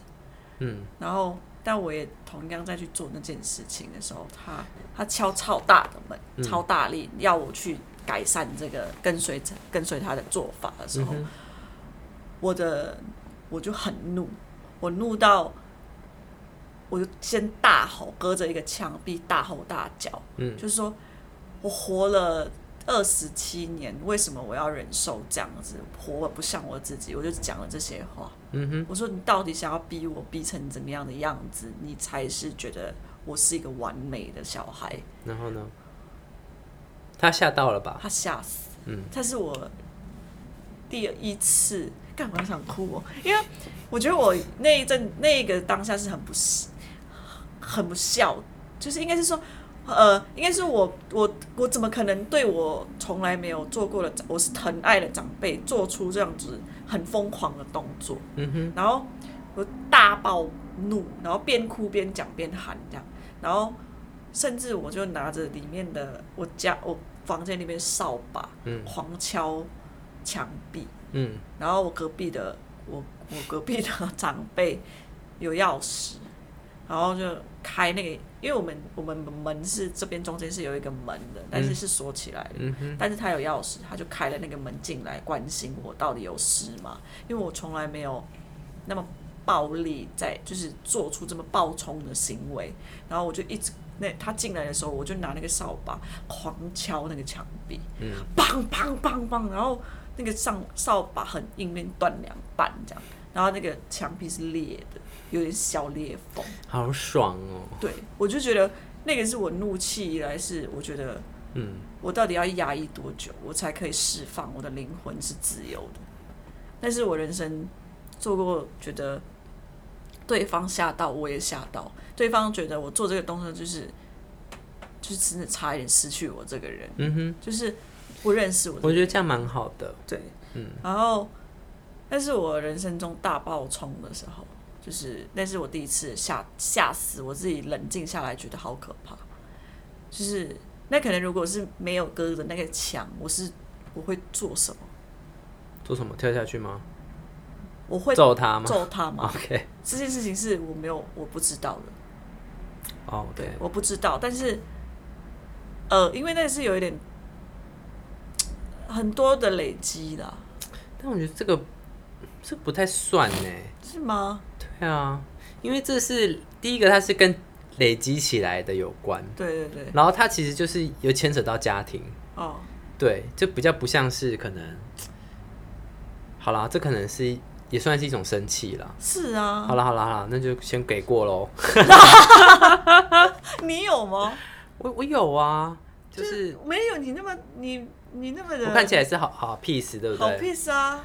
Speaker 1: 嗯，
Speaker 2: 然后但我也同样再去做那件事情的时候，他他敲超大的门，超大力要我去改善这个跟随着跟随他的做法的时候，我的我就很怒，我怒到我就先大吼，隔着一个墙壁大吼大叫，
Speaker 1: 嗯
Speaker 2: 就说我活了二十七年，为什么我要忍受这样子活不像我自己？我就讲了这些话。
Speaker 1: 嗯哼，
Speaker 2: 我说你到底想要逼我逼成怎么样的样子，你才是觉得我是一个完美的小孩？
Speaker 1: 然后呢？他吓到了吧？
Speaker 2: 他吓死。
Speaker 1: 嗯，
Speaker 2: 他是我第一次，干嘛想哭、哦？因为我觉得我那一阵那个当下是很不是很不孝，就是应该是说，呃，应该是我我我怎么可能对我从来没有做过的长，我是疼爱的长辈做出这样子很疯狂的动作？
Speaker 1: 嗯哼，
Speaker 2: 然后我大暴怒，然后边哭边讲边喊这样，然后甚至我就拿着里面的我家我房间里面扫把，
Speaker 1: 嗯
Speaker 2: 狂敲墙壁，
Speaker 1: 嗯，
Speaker 2: 然后我隔壁的我我隔壁的长辈有钥匙，然后就开那个，因为我们我们门是这边中间是有一个门的，但是是锁起来的，
Speaker 1: 嗯哼，
Speaker 2: 但是他有钥匙，他就开了那个门进来，关心我到底有事吗？因为我从来没有那么暴力在，就是做出这么暴冲的行为。然后我就一直，那他进来的时候，我就拿那个扫把狂敲那个墙壁，
Speaker 1: 嗯，
Speaker 2: 砰砰砰砰，然后那个上扫把很硬，面断两半这样，然后那个墙壁是裂的，有点小裂缝。
Speaker 1: 好爽哦。
Speaker 2: 对我就觉得那个是我怒气以来是我觉得。
Speaker 1: 嗯，
Speaker 2: 我到底要压抑多久，我才可以释放我的灵魂是自由的？但是我人生做过，觉得对方吓到，我也吓到，对方觉得我做这个动作就是，就是真的差一点失去我这个人，
Speaker 1: 嗯哼，
Speaker 2: 就是不认识我这个
Speaker 1: 我
Speaker 2: 人。
Speaker 1: 觉得这样蛮好的。
Speaker 2: 对，
Speaker 1: 嗯，
Speaker 2: 然后但是我人生中大爆冲的时候，就是那是我第一次吓吓死我自己，冷静下来觉得好可怕。就是那可能如果是没有隔着那个墙，我是我会做什么？
Speaker 1: 做什么？跳下去吗？
Speaker 2: 我会
Speaker 1: 揍他吗啊
Speaker 2: 揍他吗？
Speaker 1: ？OK，
Speaker 2: 这件事情是我没有我不知道的。
Speaker 1: 哦
Speaker 2: 对
Speaker 1: OK，
Speaker 2: 我不知道，但是，呃，因为那是有一点很多的累积啦，
Speaker 1: 但我觉得这个这不太算呢。
Speaker 2: 是吗？
Speaker 1: 对啊，因为这是第一个，它是跟累积起来的有关，
Speaker 2: 对对对，
Speaker 1: 然后它其实就是有牵扯到家庭，
Speaker 2: 哦，
Speaker 1: 对，就比较不像是可能，好啦，这可能是也算是一种生气啦。
Speaker 2: 是啊
Speaker 1: 好，啦好啦好啦，那就先给过喽。
Speaker 2: 你有吗？
Speaker 1: 我我有啊，就是
Speaker 2: 没有你那么你你那么的，
Speaker 1: 我看起来是好好 peace，对不
Speaker 2: 好
Speaker 1: 对？
Speaker 2: peace 啊，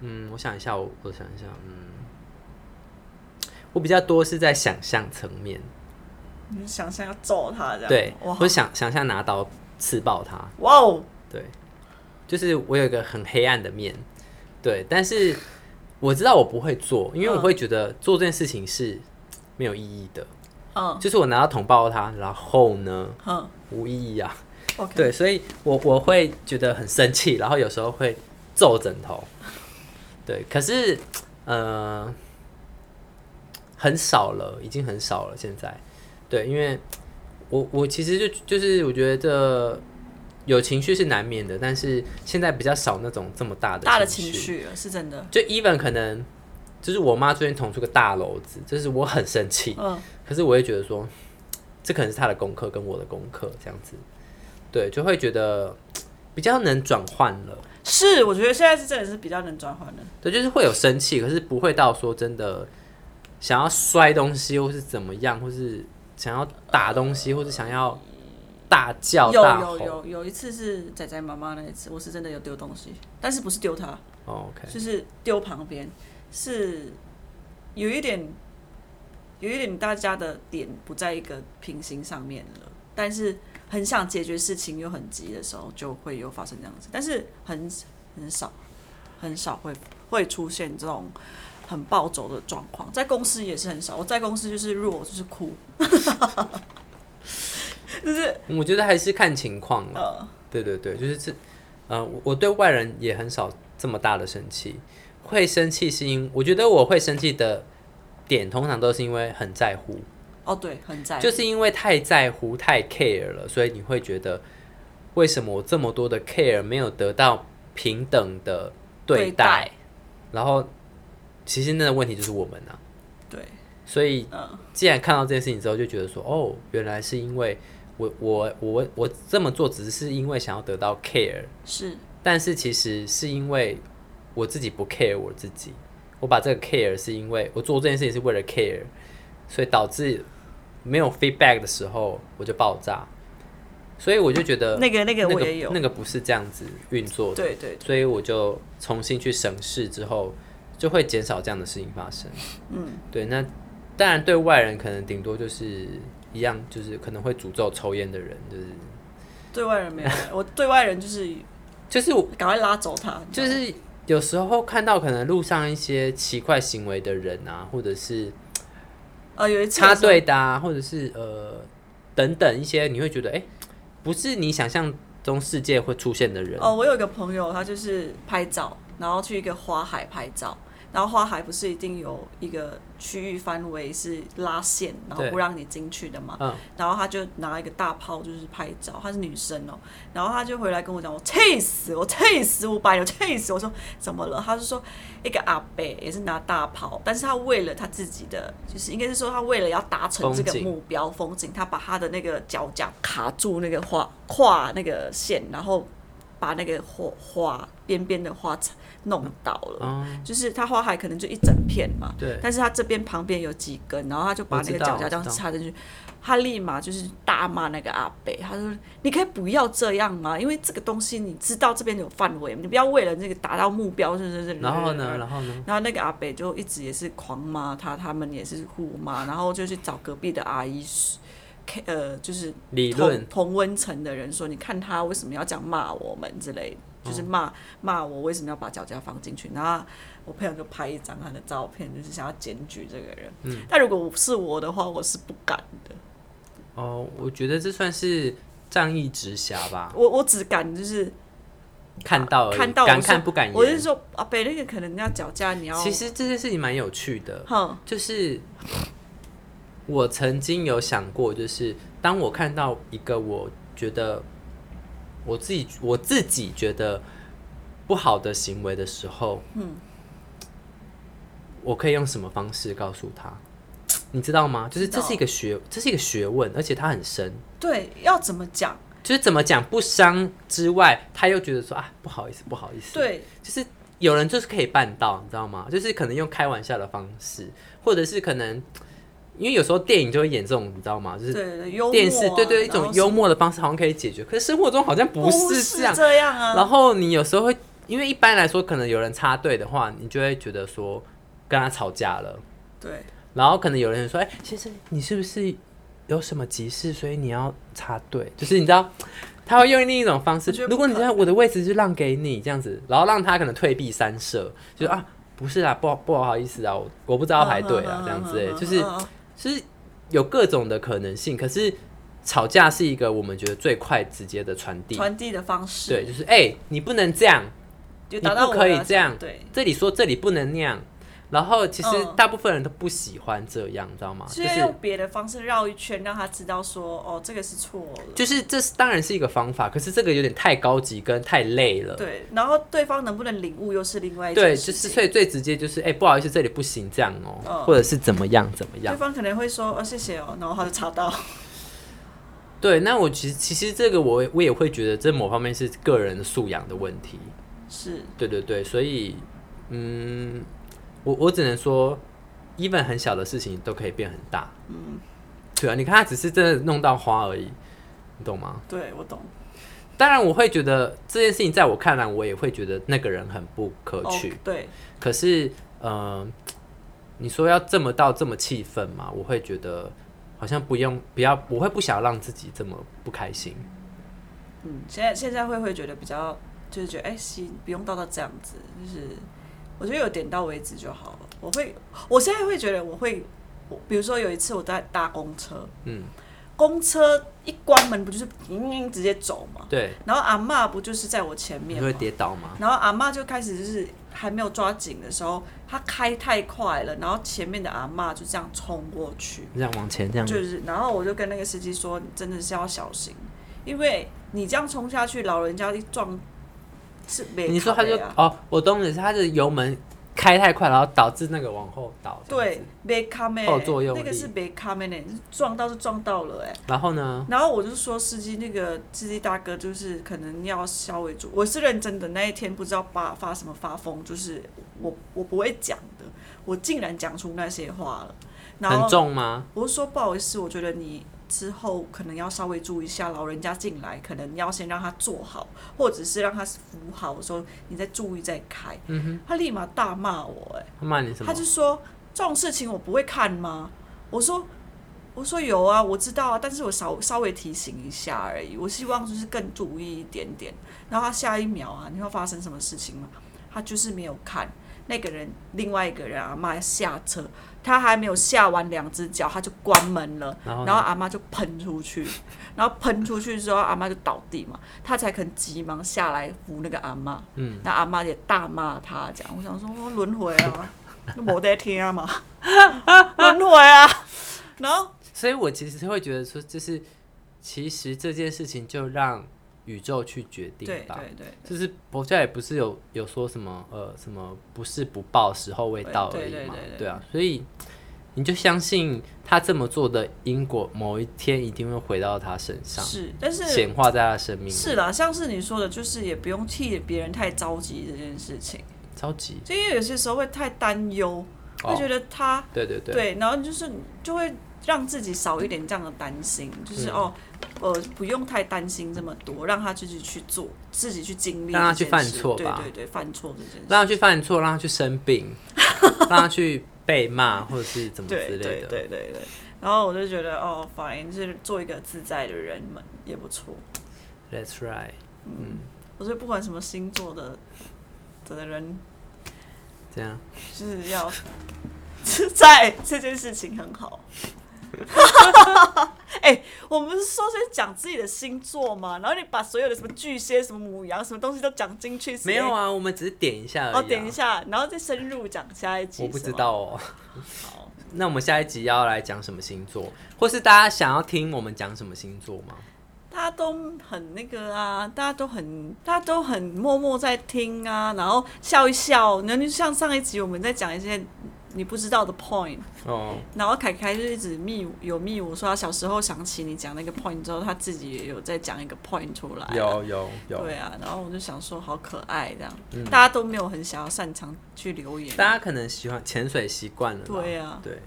Speaker 1: 嗯，我想一下，我我想一下，嗯，我比较多是在想象层面，
Speaker 2: 你想象要揍他这样，
Speaker 1: 对，啊
Speaker 2: 哇
Speaker 1: 我想想象拿刀刺爆他，
Speaker 2: 哇哦，
Speaker 1: 对，就是我有一个很黑暗的面，对，但是我知道我不会做，因为我
Speaker 2: 嗯
Speaker 1: 会觉得做这件事情是没有意义的，
Speaker 2: 嗯
Speaker 1: 就是我拿到捅爆他，然后呢，
Speaker 2: 嗯
Speaker 1: 无意义啊，
Speaker 2: ，OK，
Speaker 1: 对，所以我我会觉得很生气，然后有时候会皱枕头。对，可是呃，很少了，已经很少了。现在，对，因为我我其实就就是我觉得有情绪是难免的，但是现在比较少那种这么大的
Speaker 2: 大的
Speaker 1: 情
Speaker 2: 情，绪了是真的，
Speaker 1: 就 even 可能就是我妈最近捅出个大篓子，就是我很生气，
Speaker 2: 嗯，
Speaker 1: 可是我也觉得说，这可能是他的功课跟我的功课这样子，对，就会觉得比较能转换了。
Speaker 2: 是，我觉得现在是真的是比较能转换的，
Speaker 1: 对，就是会有生气，可是不会到说真的想要摔东西，或是怎么样，或是想要打东西，或是想要大叫
Speaker 2: 有
Speaker 1: 大
Speaker 2: 呃有
Speaker 1: 吼。
Speaker 2: 有有一次是仔仔妈妈那一次，我是真的有丢东西，但是不是丢他，
Speaker 1: 哦 OK，
Speaker 2: 就是丢旁边，是有一点，有一点大家的点不在一个平行上面了，但是很想解决事情又很急的时候，就会有发生这样子，但是很很少，很少会会出现这种很暴走的状况，在公司也是很少，我在公司就是弱就是哭，就是
Speaker 1: 我觉得还是看情况了。
Speaker 2: 呃
Speaker 1: 对对对，就是这，呃，我我对外人也很少这么大的生气，会生气是因，我觉得我会生气的点，通常都是因为很在乎。
Speaker 2: 哦对，很在
Speaker 1: 就是因为太在乎、太 care 了，所以你会觉得为什么我这么多的 care 没有得到平等的对待？
Speaker 2: 对待
Speaker 1: 然后其实那个问题就是我们啊。
Speaker 2: 对，
Speaker 1: 所以
Speaker 2: 嗯
Speaker 1: 既然看到这件事情之后，就觉得说，哦，原来是因为我我我我这么做只是因为想要得到 care，
Speaker 2: 是
Speaker 1: 但是其实是因为我自己不 care 我自己，我把这个 care 是因为我做这件事情是为了 care，所以导致没有 feedback 的时候我就爆炸，所以我就觉得
Speaker 2: 那个那个
Speaker 1: 呃那
Speaker 2: 我
Speaker 1: 个
Speaker 2: 也有，
Speaker 1: 那个不是这样子运作的，
Speaker 2: 对对
Speaker 1: 所以我就重新去审视之后，就会减少这样的事情发生。嗯，对。那当然，对外人可能顶多就是一样，就是可能会诅咒抽烟的人，就是
Speaker 2: 对外人没有，我对外 人就是
Speaker 1: 就是我
Speaker 2: 赶快拉走他，
Speaker 1: 就是有时候看到可能路上一些奇怪行为的人啊，或者是
Speaker 2: 呃有一次我
Speaker 1: 插
Speaker 2: 是
Speaker 1: 队的啊，或者是呃等等一些，你会觉得哎、不是你想象中世界会出现的人。
Speaker 2: 哦，我有一个朋友，他就是拍照，然后去一个花海拍照，然后花海不是一定有一个区域范围是拉线，然后
Speaker 1: 对
Speaker 2: 不让你进去的嘛。
Speaker 1: 嗯
Speaker 2: 然后他就拿一个大炮就是拍照，她是女生哦、然后她就回来跟我讲，我气死，我气死，我白了，气死。我说怎么了？他就说一个阿伯也是拿大炮，但是他为了他自己的，就是应该是说他为了要达成这个
Speaker 1: 风景
Speaker 2: 目标风景，他把他的那个脚架卡住那个花跨那个线，然后把那个花花边边的花弄倒了。
Speaker 1: 哦，
Speaker 2: 就是他花海可能就一整片嘛，
Speaker 1: 对
Speaker 2: 但是他这边旁边有几根，然后他就把那
Speaker 1: 我
Speaker 2: 个
Speaker 1: 知道
Speaker 2: 脚架这样
Speaker 1: 我知道
Speaker 2: 插进去，他立马就是大骂那个阿北，他说：“你可以不要这样吗？因为这个东西你知道这边有范围，你不要为了那个达到目标，是是是。”
Speaker 1: 然后呢，？然后呢？
Speaker 2: 然后那个阿北就一直也是狂骂他，他们也是互骂，然后就去找隔壁的阿姨，呃，就是
Speaker 1: 理
Speaker 2: 同
Speaker 1: 论
Speaker 2: 同温层的人说，你看他为什么要这样骂我们之类的，
Speaker 1: 哦
Speaker 2: 就是骂骂、我为什么要把脚架放进去。然后我朋友就拍一张他的照片，就是想要检举这个人。嗯，但如果是我的话，我是不敢的。
Speaker 1: 哦，我觉得这算是仗义直侠吧。
Speaker 2: 我我只敢就是，
Speaker 1: 看到而已
Speaker 2: 看到
Speaker 1: 敢
Speaker 2: 我是
Speaker 1: 看不敢言。
Speaker 2: 我是说阿北那个可能人家脚架你要，
Speaker 1: 其实这件事情蛮有趣的，
Speaker 2: 哼，
Speaker 1: 就是我曾经有想过，就是当我看到一个我觉得我自己我自己觉得不好的行为的时候，嗯，我可以用什么方式告诉他？你知道吗？就是
Speaker 2: 知道
Speaker 1: 这是一个学，这是一个学问，而且它很深。
Speaker 2: 对，要怎么讲？
Speaker 1: 就是怎么讲不伤之外，他又觉得说啊不好意思，不好意思。
Speaker 2: 对，
Speaker 1: 就是有人就是可以办到，你知道吗？就是可能用开玩笑的方式，或者是可能，因为有时候电影就会演这种，你知道吗？就
Speaker 2: 对
Speaker 1: 是
Speaker 2: 对，幽默啊、
Speaker 1: 电视对对一
Speaker 2: 然后
Speaker 1: 种
Speaker 2: 是
Speaker 1: 幽默的方式好像可以解决，可是生活中好像
Speaker 2: 不
Speaker 1: 是这样。
Speaker 2: 这样啊。
Speaker 1: 然后你有时候会，因为一般来说，可能有人插队的话，你就会觉得说跟他吵架了。
Speaker 2: 对，
Speaker 1: 然后可能有人说：“哎、先生，你是不是有什么急事，所以你要插队？”就是你知道，他会用另一种方式
Speaker 2: 我觉得。不
Speaker 1: 如果你
Speaker 2: 可
Speaker 1: 知道我的位置就让给你这样子，然后让他可能退避三舍，就是啊，不是啦，不好不好意思啊，我我不知道要排队啊，这样之类，就是
Speaker 2: 嗯嗯嗯嗯
Speaker 1: 就是有各种的可能性。可是吵架是一个我们觉得最快直接的传递，
Speaker 2: 传递的方式，
Speaker 1: 对，，就是哎、你不能这样，
Speaker 2: 就达到
Speaker 1: 你
Speaker 2: 我
Speaker 1: 不可以
Speaker 2: 要讲
Speaker 1: 这样
Speaker 2: 对，
Speaker 1: 这里说这里不能那样。然后其实
Speaker 2: 嗯
Speaker 1: 大部分人都不喜欢这样，你知道吗？
Speaker 2: 是
Speaker 1: 就
Speaker 2: 要
Speaker 1: 是
Speaker 2: 用别的方式绕一圈，让他知道说，哦，这个是错了。
Speaker 1: 就是这是当然是一个方法，可是这个有点太高级跟太累了。
Speaker 2: 对，然后对方能不能领悟又是另外
Speaker 1: 呃
Speaker 2: 一
Speaker 1: 对，
Speaker 2: 件
Speaker 1: 就
Speaker 2: 事
Speaker 1: 是
Speaker 2: 情。
Speaker 1: 最最直接就是，哎、不好意思，这里不行，这样哦、
Speaker 2: 嗯
Speaker 1: 或者是怎么样怎么样
Speaker 2: 对。方可能会说，哦，谢谢哦，然后他就查 到，
Speaker 1: 对，那我其实其实这个我我也会觉得，这某方面是个人素养的问题。
Speaker 2: 是
Speaker 1: 对对对，所以嗯，我我只能说，even 很小的事情都可以变很大。嗯，对啊，你看他只是真的弄到花而已，你懂吗？
Speaker 2: 对我懂。
Speaker 1: 当然，我会觉得这件事情在我看来，我也会觉得那个人很不可
Speaker 2: 哦
Speaker 1: 取。，
Speaker 2: 对，
Speaker 1: 可是，呃，你说要这么到这么气愤嘛？我会觉得好像不用，不要，我会不想让自己这么不开心。
Speaker 2: 嗯，现在现在会会觉得比较，就是觉得，哎，行，不用到到这样子，就是我觉得有点到为止就好了。我会，我现在会觉得我会，我比如说有一次我在搭公车，
Speaker 1: 嗯，
Speaker 2: 公车一关门不就是嗯直接走嘛，
Speaker 1: 对，
Speaker 2: 然后阿嬷不就是在我前
Speaker 1: 你
Speaker 2: 面
Speaker 1: 会
Speaker 2: 嘛，
Speaker 1: 跌倒吗？
Speaker 2: 然后阿嬷就开始就是还没有抓紧的时候，她开太快了，然后前面的阿嬷就这样冲过去，
Speaker 1: 这样往前这样，
Speaker 2: 就是然后我就跟那个司机说，你真的是要小心，因为你这样冲下去，老人家一撞是没、啊
Speaker 1: 你说他就、哦，我懂你，他的油门开太快，然后导致那个往后倒。这样
Speaker 2: 对
Speaker 1: 子，
Speaker 2: 没卡妹，
Speaker 1: 后作用力
Speaker 2: 那个是没卡妹呢，撞到就撞到了哎、
Speaker 1: 然后呢？
Speaker 2: 然后我就说司机那个司机大哥就是可能要稍微注，我是认真的。那一天不知道发发什么发疯，就是我我不会讲的，我竟然讲出那些话了。然
Speaker 1: 很
Speaker 2: 后
Speaker 1: 重吗？
Speaker 2: 我就说不好意思，我觉得你之后可能要稍微注意一下，老人家进来可能要先让他坐好，或者是让他扶好，我说你再注意再开。
Speaker 1: 嗯
Speaker 2: 他立马大骂我、哎。
Speaker 1: 他骂你什么
Speaker 2: 他？就说这种事情我不会看吗？我说我说有啊，我知道啊，但是我稍稍微提醒一下而已。我希望就是更注意一点点。然后他下一秒啊，你会发生什么事情吗？他就是没有看那个人，另外一个人阿妈下车，他还没有下完两只脚，他就关门了。
Speaker 1: 然后呢
Speaker 2: 然后阿妈就喷出去，然后喷出去之后，阿妈就倒地嘛，他才肯急忙下来扶那个阿妈。
Speaker 1: 嗯，
Speaker 2: 那阿妈也大骂他，这样我想说我轮回啊，都没得听啊 嘛，轮回啊。然后
Speaker 1: 所以我其实会觉得说，就是其实这件事情就让宇宙去决定
Speaker 2: 对
Speaker 1: 吧。
Speaker 2: 对对
Speaker 1: 就是佛教也不是有有说什么呃什么不是不报时候未到而
Speaker 2: 对
Speaker 1: 已
Speaker 2: 对
Speaker 1: 嘛
Speaker 2: 对，对
Speaker 1: 对啊，所以你就相信他这么做的因果，某一天一定会回到他身上，
Speaker 2: 是，但是
Speaker 1: 显化在他的生命里。
Speaker 2: 是啦，像是你说的，就是也不用替别人太着急这件事情，
Speaker 1: 超级
Speaker 2: 就因为有些时候会太担忧，会
Speaker 1: 哦
Speaker 2: 觉得他
Speaker 1: 对对对，
Speaker 2: 对，然后就是就会让自己少一点这样的担心，就是
Speaker 1: 嗯
Speaker 2: 哦。呃，不用太担心这么多，让他自己去做，自己去经历这件事，
Speaker 1: 让他去犯错吧
Speaker 2: 对对对，犯错这件事，
Speaker 1: 让他去犯错，让他去生 病，让他去被骂或者是怎么
Speaker 2: 对
Speaker 1: 之类
Speaker 2: 对
Speaker 1: 的，
Speaker 2: 对对对。然后我就觉得哦，fine，就是做一个自在的人们也不错。
Speaker 1: That's right，
Speaker 2: 我觉得不管什么星座的的人，
Speaker 1: 这样
Speaker 2: 就是要自在这件事情很好。 哎、我们不是说先讲自己的星座嘛，然后你把所有的什么巨蟹、什么母羊、什么东西都讲进去，
Speaker 1: 没有
Speaker 2: 啊？
Speaker 1: 啊，我们只是点一下而已、啊。
Speaker 2: 哦，等一，下，然后再深入讲下一集。
Speaker 1: 我不知
Speaker 2: 是吗。
Speaker 1: 道哦。
Speaker 2: 好，
Speaker 1: 那我们下一集要来讲什么星座，或是大家想要听我们讲什么星座吗？
Speaker 2: 大家都很那个啊，大家都很，大家都很默默在听啊，然后笑一笑。然后就像上一集我们在讲一些你不知道的 point，
Speaker 1: 哦，
Speaker 2: 然后凯凯就一直密有密我说他小时候想起你讲那个 point 之后，他自己也有在讲一个 point 出来。
Speaker 1: 有有有
Speaker 2: 对，啊，然后我就想说好可爱这样，
Speaker 1: 嗯
Speaker 2: 大家都没有很想要擅长去留言。
Speaker 1: 大家可能喜欢潜水习惯了啦，
Speaker 2: 对啊
Speaker 1: 对，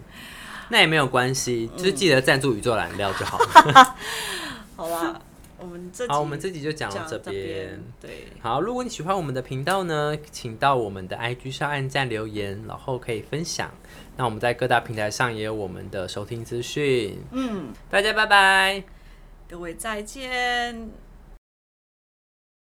Speaker 1: 那也没有关系，就是记得赞助宇宙燃料就 好。
Speaker 2: 好啦，我们这集
Speaker 1: 好，我们这集就讲
Speaker 2: 讲
Speaker 1: 到这
Speaker 2: 这
Speaker 1: 边
Speaker 2: 边。对。
Speaker 1: 好，如果你喜欢我们的频道呢，请到我们的 IG 上按赞留言，然后可以分享。那我们在各大平台上也有我们的收听资讯。
Speaker 2: 嗯，
Speaker 1: 大家拜拜。
Speaker 2: 各位再见。